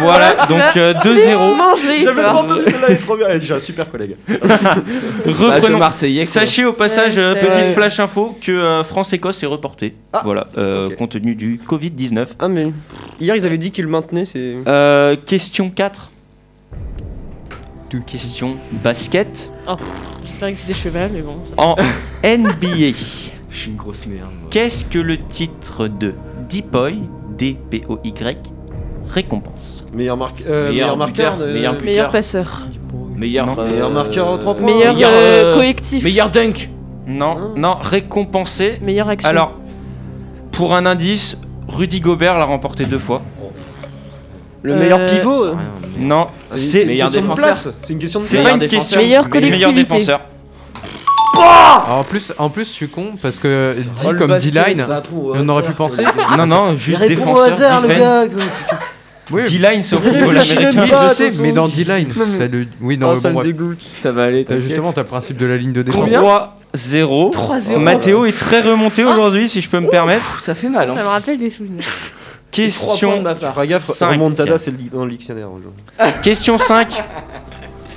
[SPEAKER 3] Voilà, donc euh, 2-0.
[SPEAKER 7] Manger,
[SPEAKER 11] J'avais
[SPEAKER 7] toi.
[SPEAKER 11] pas entendu celle-là, elle est trop bien. Elle est déjà un super collègue.
[SPEAKER 5] Bah, de
[SPEAKER 3] Reprenons.
[SPEAKER 5] Marseillais. quoi.
[SPEAKER 3] Sachez au passage,
[SPEAKER 7] Ouais,
[SPEAKER 3] euh,
[SPEAKER 7] j'étais-
[SPEAKER 3] petite
[SPEAKER 7] ouais.
[SPEAKER 3] flash info, que euh, France-Écosse est reportée.
[SPEAKER 11] Ah,
[SPEAKER 3] voilà, euh,
[SPEAKER 11] ok.
[SPEAKER 3] compte tenu du Covid-19.
[SPEAKER 6] Ah, mais hier ils avaient dit qu'ils le maintenaient, c'est.
[SPEAKER 3] Euh, question 4. Question basket.
[SPEAKER 7] J'espère que c'est des chevals, mais bon. ça-
[SPEAKER 3] En NBA,
[SPEAKER 5] Je suis une grosse merde. moi.
[SPEAKER 3] qu'est-ce que le titre de DPOY, D-P-O-Y, récompense
[SPEAKER 9] Meilleur, marque- euh,
[SPEAKER 5] Meilleur
[SPEAKER 9] meilleur marqueur.
[SPEAKER 5] buteur,
[SPEAKER 9] de-
[SPEAKER 5] meilleur buteur.
[SPEAKER 7] Meilleur passeur.
[SPEAKER 5] Meilleur,
[SPEAKER 3] Non.
[SPEAKER 5] euh,
[SPEAKER 9] Meilleur marqueur en trois points.
[SPEAKER 7] Meilleur
[SPEAKER 5] Meilleur,
[SPEAKER 7] euh,
[SPEAKER 5] euh,
[SPEAKER 7] collectif.
[SPEAKER 5] Meilleur dunk.
[SPEAKER 3] Non,
[SPEAKER 11] Ah.
[SPEAKER 3] non, récompensé.
[SPEAKER 7] Meilleure action.
[SPEAKER 3] Alors, pour un indice, Rudy Gobert l'a remporté deux fois.
[SPEAKER 6] Le
[SPEAKER 7] Euh,
[SPEAKER 6] meilleur pivot
[SPEAKER 5] Ah,
[SPEAKER 6] euh.
[SPEAKER 3] Non,
[SPEAKER 11] C'est une
[SPEAKER 3] c'est
[SPEAKER 5] meilleur
[SPEAKER 11] question de
[SPEAKER 5] défenseur.
[SPEAKER 11] place. C'est une question de
[SPEAKER 3] c'est
[SPEAKER 11] place.
[SPEAKER 3] pas
[SPEAKER 5] meilleur
[SPEAKER 3] une
[SPEAKER 5] défenseur.
[SPEAKER 3] question.
[SPEAKER 7] Meilleure
[SPEAKER 3] Meilleur
[SPEAKER 7] collectivité.
[SPEAKER 3] défenseur.
[SPEAKER 4] Ah, en plus, en plus, je suis con parce que dit
[SPEAKER 6] Oh, le
[SPEAKER 4] comme
[SPEAKER 6] basket,
[SPEAKER 4] D-line,
[SPEAKER 11] Bah, pour, euh,
[SPEAKER 4] on aurait pu
[SPEAKER 11] faire,
[SPEAKER 4] penser.
[SPEAKER 11] quoi.
[SPEAKER 3] Non, non,
[SPEAKER 11] Il
[SPEAKER 3] juste
[SPEAKER 11] répond au
[SPEAKER 3] défenseur.
[SPEAKER 11] hasard, le
[SPEAKER 3] defense.
[SPEAKER 11] gars. quoi. C'est-
[SPEAKER 4] Oui,
[SPEAKER 3] D-line, c'est au
[SPEAKER 11] Il
[SPEAKER 3] football
[SPEAKER 11] réfléchit
[SPEAKER 3] américain.
[SPEAKER 11] même
[SPEAKER 4] oui,
[SPEAKER 11] pas,
[SPEAKER 4] je
[SPEAKER 11] de
[SPEAKER 4] sais,
[SPEAKER 11] toute
[SPEAKER 4] mais
[SPEAKER 11] façon.
[SPEAKER 4] dans D-line,
[SPEAKER 6] Non, mais-
[SPEAKER 4] t'as le, oui, dans
[SPEAKER 6] Ah,
[SPEAKER 4] le
[SPEAKER 6] ça
[SPEAKER 4] bon,
[SPEAKER 6] me
[SPEAKER 4] bref.
[SPEAKER 6] dégoûte.
[SPEAKER 5] Ça va aller.
[SPEAKER 4] T'as justement, t'as le principe de la ligne de défense.
[SPEAKER 3] 3-0. Mathéo est très remonté
[SPEAKER 5] Ah.
[SPEAKER 3] aujourd'hui, si je peux me permettre.
[SPEAKER 5] Ça fait mal.
[SPEAKER 7] Ça hein. me rappelle des souvenirs.
[SPEAKER 3] Question,
[SPEAKER 11] Tu feras gaffe,
[SPEAKER 3] Cinq.
[SPEAKER 11] remontada, c'est le di- dans le dictionnaire.
[SPEAKER 3] question 5.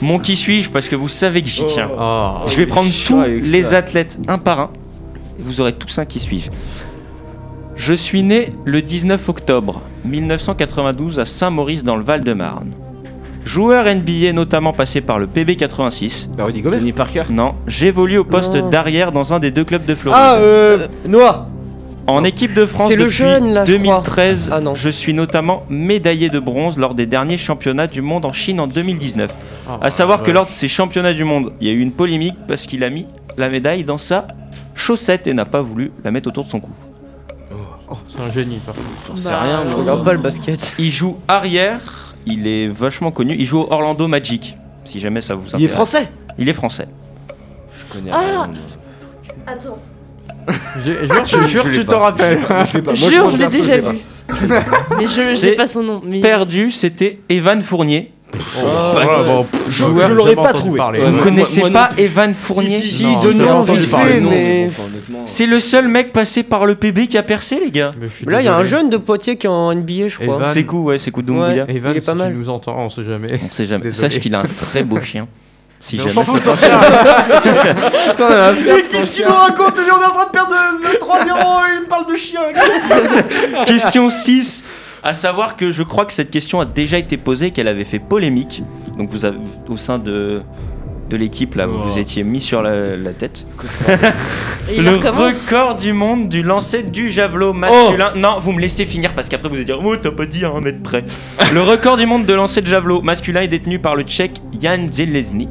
[SPEAKER 3] Mon qui suis-je Parce que vous savez que j'y tiens.
[SPEAKER 4] Ah.
[SPEAKER 3] Je vais prendre
[SPEAKER 5] chiant
[SPEAKER 3] tous
[SPEAKER 5] avec
[SPEAKER 3] les
[SPEAKER 5] ça.
[SPEAKER 3] athlètes un par un. Et vous aurez tous un qui suis-je. Je suis né le 19 octobre 1992 à Saint-Maurice dans le Val-de-Marne. Joueur NBA notamment passé par le PB86.
[SPEAKER 10] Bah, Rudy Gobert.
[SPEAKER 5] Denis Parker.
[SPEAKER 3] Non, j'évolue au poste
[SPEAKER 7] Non.
[SPEAKER 3] d'arrière dans un des deux clubs de Floride.
[SPEAKER 11] Ah, euh, Noah.
[SPEAKER 3] En équipe de France
[SPEAKER 6] C'est le
[SPEAKER 3] depuis
[SPEAKER 6] jeune, là, je crois.
[SPEAKER 3] 2013,
[SPEAKER 6] Ah non.
[SPEAKER 3] je suis notamment médaillé de bronze lors des derniers championnats du monde en Chine en 2019.
[SPEAKER 4] Ah,
[SPEAKER 3] à savoir que lors de ces championnats du monde, il y a eu une polémique parce qu'il a mis la médaille dans sa chaussette et n'a pas voulu la mettre autour de son cou.
[SPEAKER 4] C'est un génie, par contre.
[SPEAKER 7] J'en
[SPEAKER 5] sais rien,
[SPEAKER 6] Je
[SPEAKER 5] moi.
[SPEAKER 6] regarde pas le basket.
[SPEAKER 3] Il joue arrière, il est vachement connu, il joue au Orlando Magic. Si jamais ça vous intéresse.
[SPEAKER 11] Il est français.
[SPEAKER 3] Il est français.
[SPEAKER 5] Je connais
[SPEAKER 7] Ah.
[SPEAKER 5] rien. moi.
[SPEAKER 7] Attends.
[SPEAKER 4] J'ai- Jure, je jure que
[SPEAKER 10] l'ai
[SPEAKER 4] tu
[SPEAKER 10] pas.
[SPEAKER 4] t'en rappelles.
[SPEAKER 10] Je l'ai pas. Moi,
[SPEAKER 7] Jure,
[SPEAKER 10] pense
[SPEAKER 7] je l'ai
[SPEAKER 10] perso,
[SPEAKER 7] déjà
[SPEAKER 10] pas.
[SPEAKER 7] vu. Mais je
[SPEAKER 3] C'est
[SPEAKER 7] j'ai pas son nom. Mais
[SPEAKER 3] Perdu, c'était Evan Fournier.
[SPEAKER 11] Ah.
[SPEAKER 4] Voilà, bon, pff, joueur,
[SPEAKER 11] je l'aurais
[SPEAKER 4] jamais
[SPEAKER 11] pas
[SPEAKER 4] entendu
[SPEAKER 11] trouvé.
[SPEAKER 4] parler.
[SPEAKER 3] Vous
[SPEAKER 4] Ouais.
[SPEAKER 3] ne connaissez
[SPEAKER 5] moi non
[SPEAKER 3] pas Evan Fournier
[SPEAKER 11] Si, si,
[SPEAKER 4] Non,
[SPEAKER 11] si,
[SPEAKER 4] j'avais
[SPEAKER 11] de nom,
[SPEAKER 4] entendu
[SPEAKER 11] vite
[SPEAKER 4] parler.
[SPEAKER 11] fait,
[SPEAKER 5] Non,
[SPEAKER 6] mais-
[SPEAKER 5] enfin, honnêtement.
[SPEAKER 3] C'est le seul mec passé par le PB qui a percé, les gars.
[SPEAKER 4] Mais je suis
[SPEAKER 6] Là, il y a un
[SPEAKER 4] désolé.
[SPEAKER 6] jeune de Poitiers qui est en NBA, je crois.
[SPEAKER 4] Evan.
[SPEAKER 3] C'est coup, ouais, c'est coup de
[SPEAKER 6] Ouais.
[SPEAKER 3] Doumbouya.
[SPEAKER 4] Evan,
[SPEAKER 6] Il est
[SPEAKER 4] si
[SPEAKER 6] pas mal.
[SPEAKER 4] tu nous entends, on sait jamais.
[SPEAKER 3] On sait jamais.
[SPEAKER 4] Désolé.
[SPEAKER 3] Sache qu'il a un très beau chien. Si jamais.
[SPEAKER 4] s'en fout,
[SPEAKER 3] ça-
[SPEAKER 11] Mais qu'est-ce qu'il nous raconte Lui, on est en train de perdre de- de 3-0 et il me parle de chien.
[SPEAKER 3] question 6. À savoir que je crois que cette question a déjà été posée, qu'elle avait fait polémique. Donc vous avez, au sein de, de l'équipe, là,
[SPEAKER 4] Oh.
[SPEAKER 3] vous vous étiez mis sur la, la tête.
[SPEAKER 7] Et il
[SPEAKER 3] Le
[SPEAKER 7] recommence.
[SPEAKER 3] record du monde du lancer du javelot masculin.
[SPEAKER 4] Oh.
[SPEAKER 3] Non, vous me laissez finir parce qu'après vous allez dire, oh, t'as pas dit à un mètre près. le record du monde de lancer de javelot masculin est détenu par le tchèque Jan Zelezny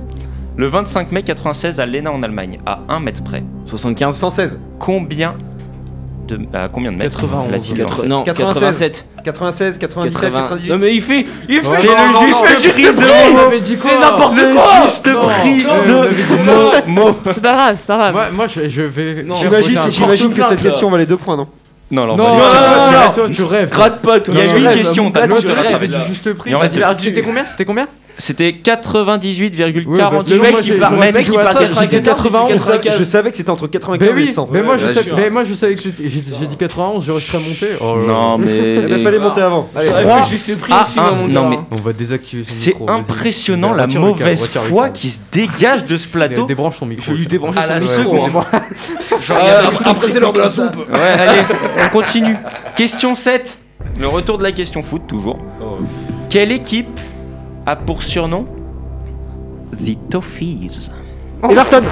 [SPEAKER 3] le 25 mai 96 à Lena en Allemagne, à 1 mètre près.
[SPEAKER 5] 75.
[SPEAKER 11] 116,
[SPEAKER 3] combien de à combien de mètres
[SPEAKER 4] 91.
[SPEAKER 3] l'a-t-il
[SPEAKER 4] Quatre-
[SPEAKER 3] lancé
[SPEAKER 5] Non,
[SPEAKER 11] 96.
[SPEAKER 5] 87.
[SPEAKER 11] 96, 97,
[SPEAKER 5] 80.
[SPEAKER 11] 98.
[SPEAKER 5] Non, mais il fait. Il
[SPEAKER 4] Ouais,
[SPEAKER 5] fait.
[SPEAKER 4] non, non, non,
[SPEAKER 5] le juste prix de Momo.
[SPEAKER 4] dit
[SPEAKER 5] C'est n'importe
[SPEAKER 3] Le
[SPEAKER 5] quoi.
[SPEAKER 3] juste
[SPEAKER 4] Non,
[SPEAKER 3] prix
[SPEAKER 4] non, vous avez dit
[SPEAKER 3] de Momo.
[SPEAKER 7] C'est pas grave, c'est pas grave.
[SPEAKER 4] Moi, moi je, je vais.
[SPEAKER 5] Non,
[SPEAKER 4] je vais
[SPEAKER 11] J'imagine,
[SPEAKER 4] voter un
[SPEAKER 11] c'est- j'imagine que
[SPEAKER 5] porte-plainte,
[SPEAKER 11] cette
[SPEAKER 5] là.
[SPEAKER 11] question valait 2 points, non
[SPEAKER 3] Non, alors,
[SPEAKER 4] Non,
[SPEAKER 3] on
[SPEAKER 4] non,
[SPEAKER 3] va-
[SPEAKER 4] non,
[SPEAKER 5] non,
[SPEAKER 4] non,
[SPEAKER 5] non.
[SPEAKER 4] toi, tu rêves.
[SPEAKER 5] Gratte pas, toi.
[SPEAKER 3] Il y a
[SPEAKER 4] Tu
[SPEAKER 3] huit
[SPEAKER 4] rêves,
[SPEAKER 3] questions,
[SPEAKER 4] non,
[SPEAKER 3] t'as le
[SPEAKER 4] non,
[SPEAKER 3] droit
[SPEAKER 4] tu
[SPEAKER 3] de
[SPEAKER 4] rêves,
[SPEAKER 3] rêver,
[SPEAKER 4] t'as
[SPEAKER 5] là.
[SPEAKER 4] dit juste le prix.
[SPEAKER 3] Il en
[SPEAKER 4] t'as
[SPEAKER 3] reste
[SPEAKER 4] dit-
[SPEAKER 5] perdu.
[SPEAKER 4] C'était combien C'était combien
[SPEAKER 3] C'était 98,48
[SPEAKER 10] Ouais, bah,
[SPEAKER 3] mecs
[SPEAKER 10] c'est bon, moi,
[SPEAKER 3] qui
[SPEAKER 10] j'ai-
[SPEAKER 3] par
[SPEAKER 10] j'aurais
[SPEAKER 3] mec
[SPEAKER 10] pas
[SPEAKER 3] qui
[SPEAKER 10] joué à
[SPEAKER 3] par
[SPEAKER 10] ça, je sais
[SPEAKER 3] 91.
[SPEAKER 10] Je savais- Je savais que c'était entre 95
[SPEAKER 4] Mais Ben oui,
[SPEAKER 10] et 100.
[SPEAKER 4] mais moi, je
[SPEAKER 10] Ouais,
[SPEAKER 4] savais,
[SPEAKER 10] sûr.
[SPEAKER 4] mais moi je savais que c'était- j'ai j'ai dit 91, j'aurais serais monté. Oh là là.
[SPEAKER 3] Non, mais-
[SPEAKER 10] Eh ben, fallait monter avant. Allez,
[SPEAKER 3] Trois
[SPEAKER 10] Trois.
[SPEAKER 3] à
[SPEAKER 10] Ah,
[SPEAKER 3] un.
[SPEAKER 10] un,
[SPEAKER 3] Non, mais-
[SPEAKER 4] On va désactiver son
[SPEAKER 3] C'est
[SPEAKER 4] micro, vas-y.
[SPEAKER 3] impressionnant
[SPEAKER 4] Mais
[SPEAKER 3] la
[SPEAKER 4] retire le câble,
[SPEAKER 3] mauvaise
[SPEAKER 4] retire le
[SPEAKER 3] foi
[SPEAKER 4] câble.
[SPEAKER 3] qui se dégage de ce plateau.
[SPEAKER 4] Débranche son micro.
[SPEAKER 3] Je lui débranche à la
[SPEAKER 4] Ouais,
[SPEAKER 3] seconde.
[SPEAKER 4] débranche.
[SPEAKER 3] Genre,
[SPEAKER 4] Euh,
[SPEAKER 3] il y avait un
[SPEAKER 4] après,
[SPEAKER 3] petit
[SPEAKER 4] c'est l'heure de la
[SPEAKER 3] comme ça.
[SPEAKER 4] soupe.
[SPEAKER 3] Ouais, allez, on continue. Question 7. Le retour de la question foot, toujours.
[SPEAKER 4] Oh.
[SPEAKER 3] Quelle équipe a pour surnom The Toffees Everton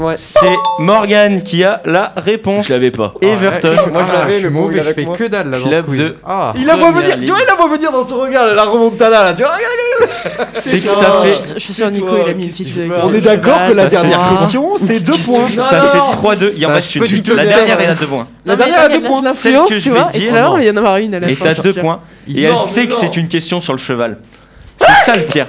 [SPEAKER 5] Ouais.
[SPEAKER 3] C'est Morgan qui a la réponse. Je l'avais pas. Everton.
[SPEAKER 4] Ah, moi, je l'avais, le mauvais, je fais que dalle, là, dans ce
[SPEAKER 3] Club
[SPEAKER 4] quiz.
[SPEAKER 3] de.
[SPEAKER 4] Ah.
[SPEAKER 10] Il la voit
[SPEAKER 3] Première
[SPEAKER 10] venir, tu
[SPEAKER 3] ligue.
[SPEAKER 10] vois, il la voit venir dans son regard, là, la remontada là, tu vois, regarde, regarde.
[SPEAKER 3] C'est que ça
[SPEAKER 10] Oh,
[SPEAKER 3] fait-
[SPEAKER 7] Je suis sûr, Nico, il a mis une petite.
[SPEAKER 10] On est d'accord
[SPEAKER 7] Bah,
[SPEAKER 10] que la
[SPEAKER 3] Ça
[SPEAKER 10] dernière
[SPEAKER 3] fait-
[SPEAKER 10] question, c'est deux points.
[SPEAKER 3] Ça
[SPEAKER 10] Non,
[SPEAKER 3] fait
[SPEAKER 10] non.
[SPEAKER 3] 3-2. Il en
[SPEAKER 10] Ça,
[SPEAKER 3] reste une.
[SPEAKER 10] petit
[SPEAKER 3] La
[SPEAKER 10] honneur.
[SPEAKER 3] dernière, elle a 2 points.
[SPEAKER 7] La dernière a deux points. L'influence,
[SPEAKER 3] Celle que
[SPEAKER 7] tu
[SPEAKER 3] je
[SPEAKER 7] vois. Et
[SPEAKER 3] vais
[SPEAKER 7] tu
[SPEAKER 3] dire,
[SPEAKER 7] vas voir,
[SPEAKER 3] non.
[SPEAKER 7] il y en aura une à la
[SPEAKER 3] Et
[SPEAKER 7] fin.
[SPEAKER 3] t'as
[SPEAKER 7] j'en
[SPEAKER 3] deux
[SPEAKER 7] suis
[SPEAKER 3] points.
[SPEAKER 7] sûre.
[SPEAKER 3] Et elle sait que c'est une question sur le cheval. C'est ça le pire.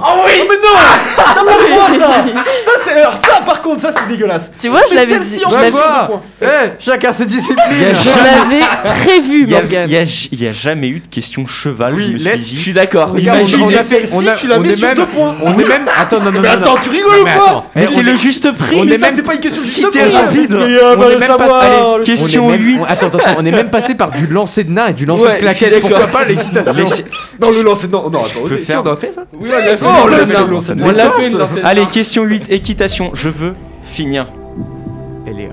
[SPEAKER 3] Oh oui
[SPEAKER 10] Mais non Non, mais moi, ça Ça, c'est. Alors, ça, par contre, ça, c'est dégueulasse.
[SPEAKER 7] Tu vois, je
[SPEAKER 10] Mais
[SPEAKER 7] l'avais
[SPEAKER 10] celle-ci,
[SPEAKER 7] dit,
[SPEAKER 10] on
[SPEAKER 7] je
[SPEAKER 10] est
[SPEAKER 7] l'avais-
[SPEAKER 10] sur deux points.
[SPEAKER 4] Eh, chacun ses disciplines.
[SPEAKER 7] Je l'avais prévu,
[SPEAKER 3] Il y a-
[SPEAKER 7] Morgan.
[SPEAKER 3] il y a, j- il y a jamais eu de question cheval.
[SPEAKER 4] Oui,
[SPEAKER 3] je me suis
[SPEAKER 4] laisse-
[SPEAKER 3] dit.
[SPEAKER 4] je
[SPEAKER 3] suis d'accord.
[SPEAKER 4] Imagine, on a- on est même- On est même. Attends, non, non, non.
[SPEAKER 10] Mais
[SPEAKER 4] non.
[SPEAKER 10] attends, tu rigoles ou
[SPEAKER 4] Mais
[SPEAKER 10] quoi
[SPEAKER 4] attends,
[SPEAKER 3] Mais c'est
[SPEAKER 4] on
[SPEAKER 3] le
[SPEAKER 4] est-
[SPEAKER 3] juste prix.
[SPEAKER 4] on est
[SPEAKER 10] Ça,
[SPEAKER 4] même-
[SPEAKER 10] c'est pas une question de
[SPEAKER 3] Si
[SPEAKER 10] juste
[SPEAKER 3] t'es
[SPEAKER 10] prix.
[SPEAKER 3] rapide.
[SPEAKER 10] Mais euh,
[SPEAKER 4] On
[SPEAKER 10] bah,
[SPEAKER 4] est
[SPEAKER 10] le
[SPEAKER 4] même passé-
[SPEAKER 10] savoir.
[SPEAKER 4] Allez,
[SPEAKER 10] le-
[SPEAKER 3] question
[SPEAKER 4] hein. on est même-
[SPEAKER 3] 8.
[SPEAKER 4] on- Attends, attends, on est même passé par du lancer de nain et du lancer
[SPEAKER 10] Ouais,
[SPEAKER 4] de
[SPEAKER 10] je
[SPEAKER 4] claquette.
[SPEAKER 10] suis d'accord.
[SPEAKER 4] Pourquoi pas l'équitation
[SPEAKER 3] Mais c'est-
[SPEAKER 10] Non, le lancer. Non, non, attends,
[SPEAKER 3] peux
[SPEAKER 10] si,
[SPEAKER 3] faire-
[SPEAKER 10] on a fait ça Oui,
[SPEAKER 2] Oh,
[SPEAKER 4] on l'a fait,
[SPEAKER 10] le lancer.
[SPEAKER 3] on l'a
[SPEAKER 10] de
[SPEAKER 3] fait,
[SPEAKER 10] Corse.
[SPEAKER 3] Allez, question 8, équitation. Je veux finir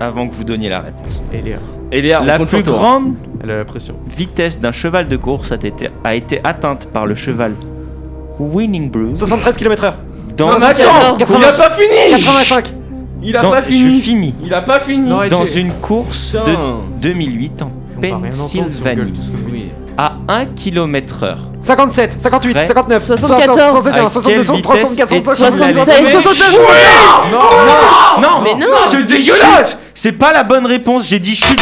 [SPEAKER 3] avant que vous donniez la réponse.
[SPEAKER 2] Et Léa, on
[SPEAKER 3] La
[SPEAKER 2] compte
[SPEAKER 3] plus
[SPEAKER 2] sur toi.
[SPEAKER 3] grande
[SPEAKER 4] Elle a la pression.
[SPEAKER 3] vitesse d'un cheval de course a été, a été atteinte par le cheval Winning Brew
[SPEAKER 10] 73 km/h.
[SPEAKER 3] dans,
[SPEAKER 10] Non, mais attends,
[SPEAKER 2] Il a pas fini
[SPEAKER 10] 85.
[SPEAKER 2] Il a
[SPEAKER 3] dans-
[SPEAKER 2] pas
[SPEAKER 3] je
[SPEAKER 2] fini
[SPEAKER 3] finis.
[SPEAKER 2] Il a pas fini
[SPEAKER 4] Non, et-
[SPEAKER 3] dans
[SPEAKER 4] j'ai-
[SPEAKER 3] une course
[SPEAKER 2] Putain.
[SPEAKER 3] de 2008 en
[SPEAKER 4] On va rien entendre si on gueule
[SPEAKER 3] Pennsylvanie
[SPEAKER 4] tout ce que vous dites.
[SPEAKER 3] à 1 km heure.
[SPEAKER 10] 57, 58,
[SPEAKER 3] Prêt.
[SPEAKER 10] 59,
[SPEAKER 7] 74,
[SPEAKER 10] 61,
[SPEAKER 3] à quelle
[SPEAKER 10] 62, 63, 64,
[SPEAKER 3] vitesse
[SPEAKER 10] 65, 66.
[SPEAKER 7] 76, 72,
[SPEAKER 3] Non,
[SPEAKER 7] Mais non.
[SPEAKER 3] c'est dégueulasse. C'est pas la bonne réponse. J'ai dit chute.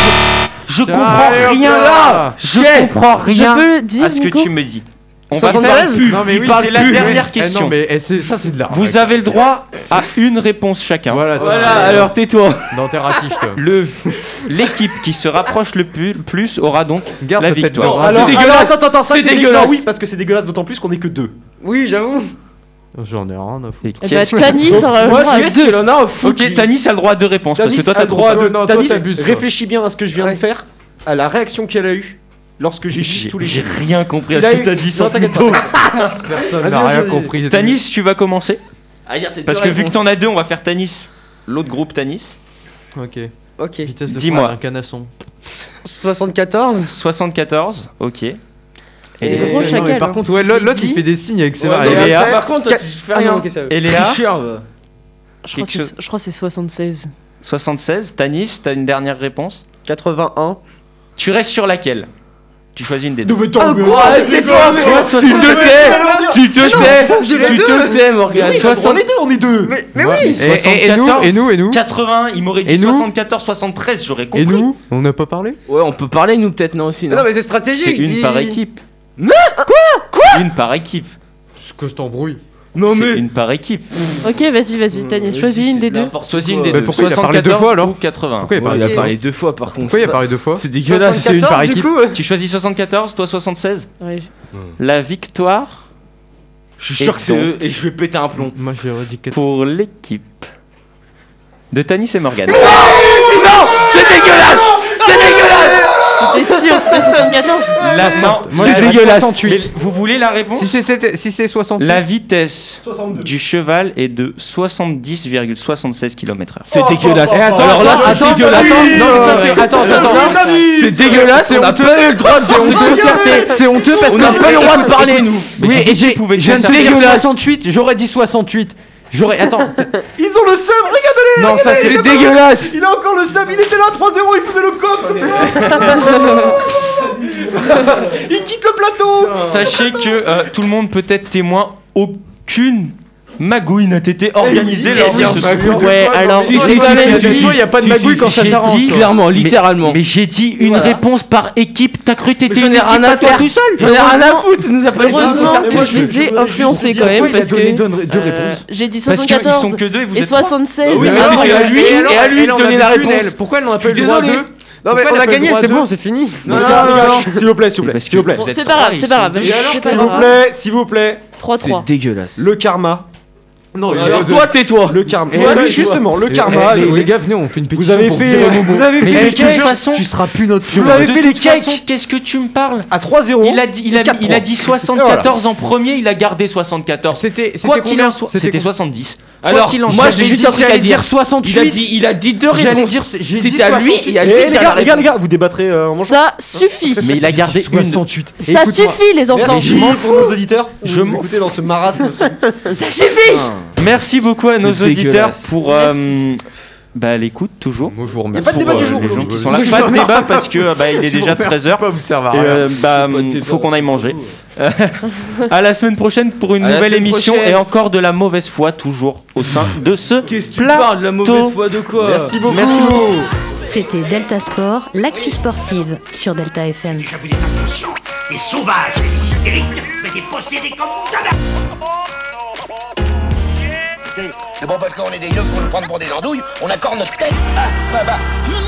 [SPEAKER 3] Je
[SPEAKER 10] Ah,
[SPEAKER 3] comprends
[SPEAKER 4] Allez, hop
[SPEAKER 3] rien
[SPEAKER 4] là.
[SPEAKER 3] là. Je comprends rien
[SPEAKER 7] Je peux le dire,
[SPEAKER 3] à ce que
[SPEAKER 7] Nico
[SPEAKER 3] tu me dis. On va
[SPEAKER 7] 76.
[SPEAKER 3] faire plus.
[SPEAKER 4] Non, mais oui,
[SPEAKER 3] c'est la
[SPEAKER 4] plus,
[SPEAKER 3] dernière
[SPEAKER 4] mais-
[SPEAKER 3] question.
[SPEAKER 4] Eh non, mais eh, c'est- ça, c'est de l'art.
[SPEAKER 3] Vous avez le droit à une réponse chacun.
[SPEAKER 4] Voilà,
[SPEAKER 2] Voilà, alors tais-toi
[SPEAKER 4] Dans tes rapiches, toi.
[SPEAKER 3] Le l'équipe qui se rapproche le plus, plus aura donc
[SPEAKER 4] Garde
[SPEAKER 3] la
[SPEAKER 4] ta tête
[SPEAKER 3] victoire.
[SPEAKER 4] dans-
[SPEAKER 10] Alors,
[SPEAKER 4] C'est
[SPEAKER 10] alors, attends, attends, attends, ça
[SPEAKER 2] C'est
[SPEAKER 10] c'est
[SPEAKER 2] dégueulasse.
[SPEAKER 10] dégueulasse. Oui, parce que c'est dégueulasse d'autant plus qu'on est que deux.
[SPEAKER 5] Oui, j'avoue.
[SPEAKER 4] J'en ai rien à foutre.
[SPEAKER 3] Et
[SPEAKER 7] Eh
[SPEAKER 3] qui
[SPEAKER 7] bah,
[SPEAKER 3] est-ce-
[SPEAKER 7] Tanis aura le
[SPEAKER 2] Moi,
[SPEAKER 7] droit à
[SPEAKER 2] qu'est-ce
[SPEAKER 7] deux.
[SPEAKER 2] qu'il en a au fond
[SPEAKER 3] Ok, Tanis a le droit à deux réponses parce que
[SPEAKER 10] Tanis
[SPEAKER 3] toi
[SPEAKER 10] a
[SPEAKER 3] t'as
[SPEAKER 10] le
[SPEAKER 3] trop.
[SPEAKER 10] droit à
[SPEAKER 4] toi,
[SPEAKER 10] deux.
[SPEAKER 4] non, toi,
[SPEAKER 10] Tanis,
[SPEAKER 4] t'abuses, toi.
[SPEAKER 10] réfléchis bien à ce que je viens de faire, à la réaction qu'elle a eue lorsque j'ai dit
[SPEAKER 3] J'ai
[SPEAKER 10] tous les
[SPEAKER 3] j'ai rien compris à
[SPEAKER 10] Il
[SPEAKER 3] ce
[SPEAKER 10] a
[SPEAKER 3] que
[SPEAKER 10] eu-
[SPEAKER 3] t'as dit
[SPEAKER 10] Non,
[SPEAKER 3] sans
[SPEAKER 10] t'inquiète
[SPEAKER 3] mytho.
[SPEAKER 4] Personne
[SPEAKER 10] Vas-y,
[SPEAKER 4] n'a
[SPEAKER 10] vas-y,
[SPEAKER 4] rien
[SPEAKER 10] vas-y.
[SPEAKER 4] compris.
[SPEAKER 3] Tanis, tu vas commencer
[SPEAKER 5] Ah,
[SPEAKER 2] À dire tes
[SPEAKER 3] parce
[SPEAKER 2] deux
[SPEAKER 3] que vu que
[SPEAKER 2] réponses.
[SPEAKER 3] t'en as deux, on va faire Tanis. L'autre groupe Tanis.
[SPEAKER 4] Ok.
[SPEAKER 5] Ok.
[SPEAKER 4] Vitesse de
[SPEAKER 3] Dis-moi.
[SPEAKER 4] frappe, un canasson.
[SPEAKER 5] 74.
[SPEAKER 3] 74, ok. Et
[SPEAKER 7] C'est Et- gros
[SPEAKER 4] Eh, Non, mais
[SPEAKER 7] chacal, hein.
[SPEAKER 4] Par contre, ouais, l'autre l'autre,
[SPEAKER 7] Dit.
[SPEAKER 4] il fait des signes avec ses
[SPEAKER 2] Ouais,
[SPEAKER 4] mains.
[SPEAKER 2] mais
[SPEAKER 3] Et Léa
[SPEAKER 2] après, Par contre, toi, tu fais
[SPEAKER 5] Ah non,
[SPEAKER 2] rien
[SPEAKER 5] ok, ça va.
[SPEAKER 3] Et Léa,
[SPEAKER 2] Tricheur, va.
[SPEAKER 7] Je crois que
[SPEAKER 3] quelque
[SPEAKER 7] c'est- je crois que c'est 76.
[SPEAKER 3] 76, Tanis, t'as une dernière réponse.
[SPEAKER 5] 81.
[SPEAKER 3] Tu restes sur laquelle Tu choisis une des deux.
[SPEAKER 10] deux. Mais attends, mais attends, mais
[SPEAKER 2] tais-toi, toi,
[SPEAKER 10] attends, mais
[SPEAKER 2] tu
[SPEAKER 10] attends, mais attends,
[SPEAKER 2] te tais, tu te tais,
[SPEAKER 10] j'ai les
[SPEAKER 2] tu te tais, Morgan.
[SPEAKER 10] mais attends, On est deux, on est deux.
[SPEAKER 4] Mais oui Et nous
[SPEAKER 3] 74.
[SPEAKER 4] Et nous Et nous
[SPEAKER 3] 80, il m'aurait dit
[SPEAKER 4] Et nous
[SPEAKER 3] 74, 73, j'aurais
[SPEAKER 4] Et
[SPEAKER 3] compris.
[SPEAKER 4] nous On n'a pas parlé
[SPEAKER 2] Ouais, on peut parler, nous, peut-être, non, aussi,
[SPEAKER 5] Mais
[SPEAKER 2] non
[SPEAKER 5] non, mais c'est
[SPEAKER 3] C'est
[SPEAKER 5] stratégique.
[SPEAKER 3] une
[SPEAKER 5] dis-
[SPEAKER 3] par équipe.
[SPEAKER 2] Non,
[SPEAKER 3] Quoi Quoi Une par équipe.
[SPEAKER 4] Ce que je t'embrouille.
[SPEAKER 2] Non,
[SPEAKER 3] C'est une par équipe.
[SPEAKER 7] Ok, vas-y, vas-y, Tanis, choisis une des deux.
[SPEAKER 3] Choisis une des
[SPEAKER 4] Bah
[SPEAKER 3] deux.
[SPEAKER 4] pourquoi il a parlé deux
[SPEAKER 3] 74
[SPEAKER 4] fois, alors
[SPEAKER 3] ou 80.
[SPEAKER 4] Pourquoi il
[SPEAKER 2] il
[SPEAKER 4] a parlé
[SPEAKER 2] a
[SPEAKER 4] deux fois
[SPEAKER 2] parlé deux fois, par contre.
[SPEAKER 4] Pourquoi il a parlé deux fois
[SPEAKER 2] C'est dégueulasse.
[SPEAKER 4] C'est une par
[SPEAKER 5] 74, du
[SPEAKER 4] équipe.
[SPEAKER 5] coup, euh, ouais.
[SPEAKER 3] Tu choisis 74, toi 76
[SPEAKER 7] Ouais.
[SPEAKER 3] La victoire
[SPEAKER 2] Je suis sûr que c'est
[SPEAKER 3] donc-
[SPEAKER 2] eux et je vais péter un plomb.
[SPEAKER 4] Moi, j'aurais dit 4.
[SPEAKER 3] pour l'équipe de Tanis et Morgan.
[SPEAKER 2] C'est dégueulasse C'est dégueulasse
[SPEAKER 7] T'es sûr, c'était 74
[SPEAKER 3] La sorte.
[SPEAKER 4] Moi, j'aurais
[SPEAKER 2] dégueulasse.
[SPEAKER 4] 68.
[SPEAKER 3] Vous voulez la réponse
[SPEAKER 4] Si c'est sept- si c'est 68.
[SPEAKER 3] La vitesse du cheval est de 70,76 km/h.
[SPEAKER 2] C'est dégueulasse.
[SPEAKER 4] Eh, attends,
[SPEAKER 2] Alors là,
[SPEAKER 4] attends,
[SPEAKER 2] c'est
[SPEAKER 4] attends,
[SPEAKER 2] dégueulasse.
[SPEAKER 4] attends, non, mais ça, c'est-
[SPEAKER 3] Euh,
[SPEAKER 4] attends, attends, attends.
[SPEAKER 2] C'est dégueulasse,
[SPEAKER 4] C'est
[SPEAKER 2] on n'a
[SPEAKER 4] honteux.
[SPEAKER 2] pas eu le droit de
[SPEAKER 4] C'est
[SPEAKER 2] se
[SPEAKER 4] honteux.
[SPEAKER 2] concerter.
[SPEAKER 4] C'est honteux parce
[SPEAKER 2] On
[SPEAKER 4] que
[SPEAKER 2] n'a pas eu le droit de parler, nous.
[SPEAKER 4] Oui, et j'ai
[SPEAKER 3] pouvais le
[SPEAKER 4] je viens de te
[SPEAKER 3] faire.
[SPEAKER 4] dire
[SPEAKER 2] Dégueulasse.
[SPEAKER 4] 68, j'aurais dit 68. J'aurais attends.
[SPEAKER 10] Ils ont le seum, regardez-les.
[SPEAKER 4] non, ça c'est
[SPEAKER 2] C'est dégueulasse
[SPEAKER 10] Il a encore le seum, il était là 3-0, il faisait le coffre comme ça. Il quitte le plateau.
[SPEAKER 3] Sachez que euh, tout le monde peut être témoin, aucune magouille n'a été organisée lors de ce
[SPEAKER 7] Ouais, alors,
[SPEAKER 4] Si,
[SPEAKER 7] on
[SPEAKER 4] si, si,
[SPEAKER 7] va
[SPEAKER 4] si,
[SPEAKER 7] même
[SPEAKER 4] si,
[SPEAKER 7] dire-
[SPEAKER 4] il y a pas de
[SPEAKER 3] Si,
[SPEAKER 4] magouille
[SPEAKER 3] si,
[SPEAKER 4] quand
[SPEAKER 3] si,
[SPEAKER 4] ça
[SPEAKER 3] j'ai
[SPEAKER 4] t'arrange.
[SPEAKER 3] dit,
[SPEAKER 4] toi.
[SPEAKER 2] Clairement, littéralement.
[SPEAKER 3] Mais j'ai dit une
[SPEAKER 2] Voilà.
[SPEAKER 3] réponse par équipe. T'as cru que
[SPEAKER 2] j'en
[SPEAKER 3] t'étais
[SPEAKER 2] ai
[SPEAKER 3] une équipe
[SPEAKER 2] rien à
[SPEAKER 3] à toi
[SPEAKER 2] faire.
[SPEAKER 3] tout seul
[SPEAKER 2] J'en ai rien à foutre, nous a pas
[SPEAKER 7] Heureusement
[SPEAKER 10] Mais
[SPEAKER 7] que
[SPEAKER 10] moi,
[SPEAKER 7] je les ai
[SPEAKER 10] voudrais juste
[SPEAKER 7] influencés
[SPEAKER 10] dire
[SPEAKER 7] quand même
[SPEAKER 10] pourquoi il a
[SPEAKER 7] parce
[SPEAKER 10] donné
[SPEAKER 7] que.
[SPEAKER 10] deux- deux
[SPEAKER 7] euh,
[SPEAKER 10] réponses.
[SPEAKER 7] J'ai dit
[SPEAKER 3] Parce qu'ils sont
[SPEAKER 7] 74
[SPEAKER 3] que deux et vous
[SPEAKER 7] et
[SPEAKER 3] êtes trois. Ah
[SPEAKER 7] 76.
[SPEAKER 2] oui, mais
[SPEAKER 7] alors,
[SPEAKER 2] c'était à
[SPEAKER 7] euh,
[SPEAKER 2] lui,
[SPEAKER 7] et alors-
[SPEAKER 2] et à lui de donner la réponse.
[SPEAKER 4] Pourquoi elle n'en a
[SPEAKER 2] Je
[SPEAKER 4] pas eu
[SPEAKER 2] suis
[SPEAKER 4] le droit
[SPEAKER 2] désolé.
[SPEAKER 4] deux
[SPEAKER 5] Non,
[SPEAKER 4] Pourquoi
[SPEAKER 5] mais on
[SPEAKER 4] t'as
[SPEAKER 5] a
[SPEAKER 4] pas
[SPEAKER 5] gagné,
[SPEAKER 4] le droit
[SPEAKER 5] c'est
[SPEAKER 4] de-
[SPEAKER 5] bon, c'est fini.
[SPEAKER 4] Ah,
[SPEAKER 10] Ah, Non, non, non, non, s'il vous plaît, s'il vous
[SPEAKER 3] Mais
[SPEAKER 10] plaît,
[SPEAKER 3] parce
[SPEAKER 10] s'il vous plaît.
[SPEAKER 7] Bon,
[SPEAKER 3] Vous
[SPEAKER 7] c'est
[SPEAKER 3] êtes
[SPEAKER 7] pas
[SPEAKER 3] trois,
[SPEAKER 7] grave,
[SPEAKER 3] ils
[SPEAKER 7] c'est
[SPEAKER 3] sont
[SPEAKER 7] pas grave.
[SPEAKER 10] Et alors,
[SPEAKER 7] c'est pas
[SPEAKER 10] s'il vous
[SPEAKER 7] grave.
[SPEAKER 10] plaît, s'il vous plaît,
[SPEAKER 7] 3-3.
[SPEAKER 5] dégueulasse.
[SPEAKER 10] Le karma.
[SPEAKER 12] Non,
[SPEAKER 7] il y a
[SPEAKER 10] Alors
[SPEAKER 7] les
[SPEAKER 10] toi,
[SPEAKER 7] deux.
[SPEAKER 10] tais-toi. Le karma.
[SPEAKER 12] Et
[SPEAKER 10] Toi,
[SPEAKER 12] toi,
[SPEAKER 10] Eh oui,
[SPEAKER 12] toi.
[SPEAKER 10] justement, le
[SPEAKER 12] Et-
[SPEAKER 10] karma.
[SPEAKER 12] eh, les-
[SPEAKER 10] les-
[SPEAKER 12] les gars, venez, on fait une
[SPEAKER 10] Vous
[SPEAKER 12] pétition
[SPEAKER 10] avez
[SPEAKER 12] pour
[SPEAKER 10] fait,
[SPEAKER 12] virer
[SPEAKER 4] euh,
[SPEAKER 12] Momo.
[SPEAKER 10] vous avez
[SPEAKER 12] Mais
[SPEAKER 10] fait
[SPEAKER 12] de
[SPEAKER 10] les
[SPEAKER 12] toute
[SPEAKER 10] cakes.
[SPEAKER 3] façon-
[SPEAKER 12] Tu seras plus notre
[SPEAKER 10] Vous avez fait les cakes.
[SPEAKER 3] Qu'est-ce que tu me parles
[SPEAKER 10] À 3-0.
[SPEAKER 3] Il a dit, il a, il a dit 74 en premier, il a gardé 74.
[SPEAKER 12] C'était
[SPEAKER 3] Quoi
[SPEAKER 12] c'était
[SPEAKER 3] qu'il en
[SPEAKER 12] combien
[SPEAKER 3] soit,
[SPEAKER 12] c'était
[SPEAKER 3] c'était
[SPEAKER 12] com-
[SPEAKER 3] 70.
[SPEAKER 5] Alors,
[SPEAKER 3] qu'il en
[SPEAKER 5] moi
[SPEAKER 3] soit,
[SPEAKER 5] j'ai
[SPEAKER 12] j'avais
[SPEAKER 5] juste
[SPEAKER 12] dit,
[SPEAKER 5] un truc à
[SPEAKER 12] j'allais
[SPEAKER 5] dire.
[SPEAKER 12] dire 68.
[SPEAKER 5] Il a dit, il a dit deux
[SPEAKER 12] J'allais
[SPEAKER 5] réponses.
[SPEAKER 12] dire- j'ai dit
[SPEAKER 5] C'était à lui et à lui.
[SPEAKER 10] Eh,
[SPEAKER 5] de
[SPEAKER 10] les
[SPEAKER 5] faire
[SPEAKER 10] gars,
[SPEAKER 5] la
[SPEAKER 10] les gars, les
[SPEAKER 5] réponse.
[SPEAKER 10] gars, vous débattrez euh, en mangeant.
[SPEAKER 7] Ça suffit.
[SPEAKER 3] Mais il a gardé une.
[SPEAKER 12] 68.
[SPEAKER 7] Ça
[SPEAKER 12] Écoute-moi.
[SPEAKER 7] suffit, les enfants.
[SPEAKER 10] Merci pour nos auditeurs.
[SPEAKER 3] Je
[SPEAKER 10] Je
[SPEAKER 3] m'en
[SPEAKER 10] m'écoutais dans ce marasme. sans doute.
[SPEAKER 7] Ça suffit.
[SPEAKER 3] Merci beaucoup à nos
[SPEAKER 5] C'est
[SPEAKER 3] auditeurs
[SPEAKER 5] dégueulasse.
[SPEAKER 3] pour euh, bah, l'écoute toujours.
[SPEAKER 4] Moi, je vous
[SPEAKER 10] Y a
[SPEAKER 4] remercie.
[SPEAKER 10] pas de débat
[SPEAKER 3] Pour,
[SPEAKER 10] du
[SPEAKER 3] euh,
[SPEAKER 10] jour.
[SPEAKER 3] les gens
[SPEAKER 10] aujourd'hui.
[SPEAKER 3] qui sont là. Pas de débat parce que euh, bah, il est déjà 13h.
[SPEAKER 12] Pas vous servir à
[SPEAKER 3] Et
[SPEAKER 12] rien.
[SPEAKER 3] euh, bah, hum, faut qu'on aille manger. à la semaine prochaine pour une
[SPEAKER 5] À la
[SPEAKER 3] nouvelle
[SPEAKER 5] semaine
[SPEAKER 3] émission
[SPEAKER 5] prochaine.
[SPEAKER 3] et encore de la mauvaise foi toujours au sein de ce
[SPEAKER 5] Tu
[SPEAKER 3] plat.
[SPEAKER 5] parles de la mauvaise foi de quoi
[SPEAKER 10] Merci beaucoup.
[SPEAKER 3] Merci beaucoup.
[SPEAKER 1] C'était Delta Sport, l'actu sportive sur Delta FM.
[SPEAKER 2] J'ai vu des inconscients, des sauvages, des hystériques, mais des possédés comme jamais C'est bon, parce qu'on est des yeux pour nous prendre pour des andouilles, on accorde notre tête. Ah, bah, bah.
[SPEAKER 11] You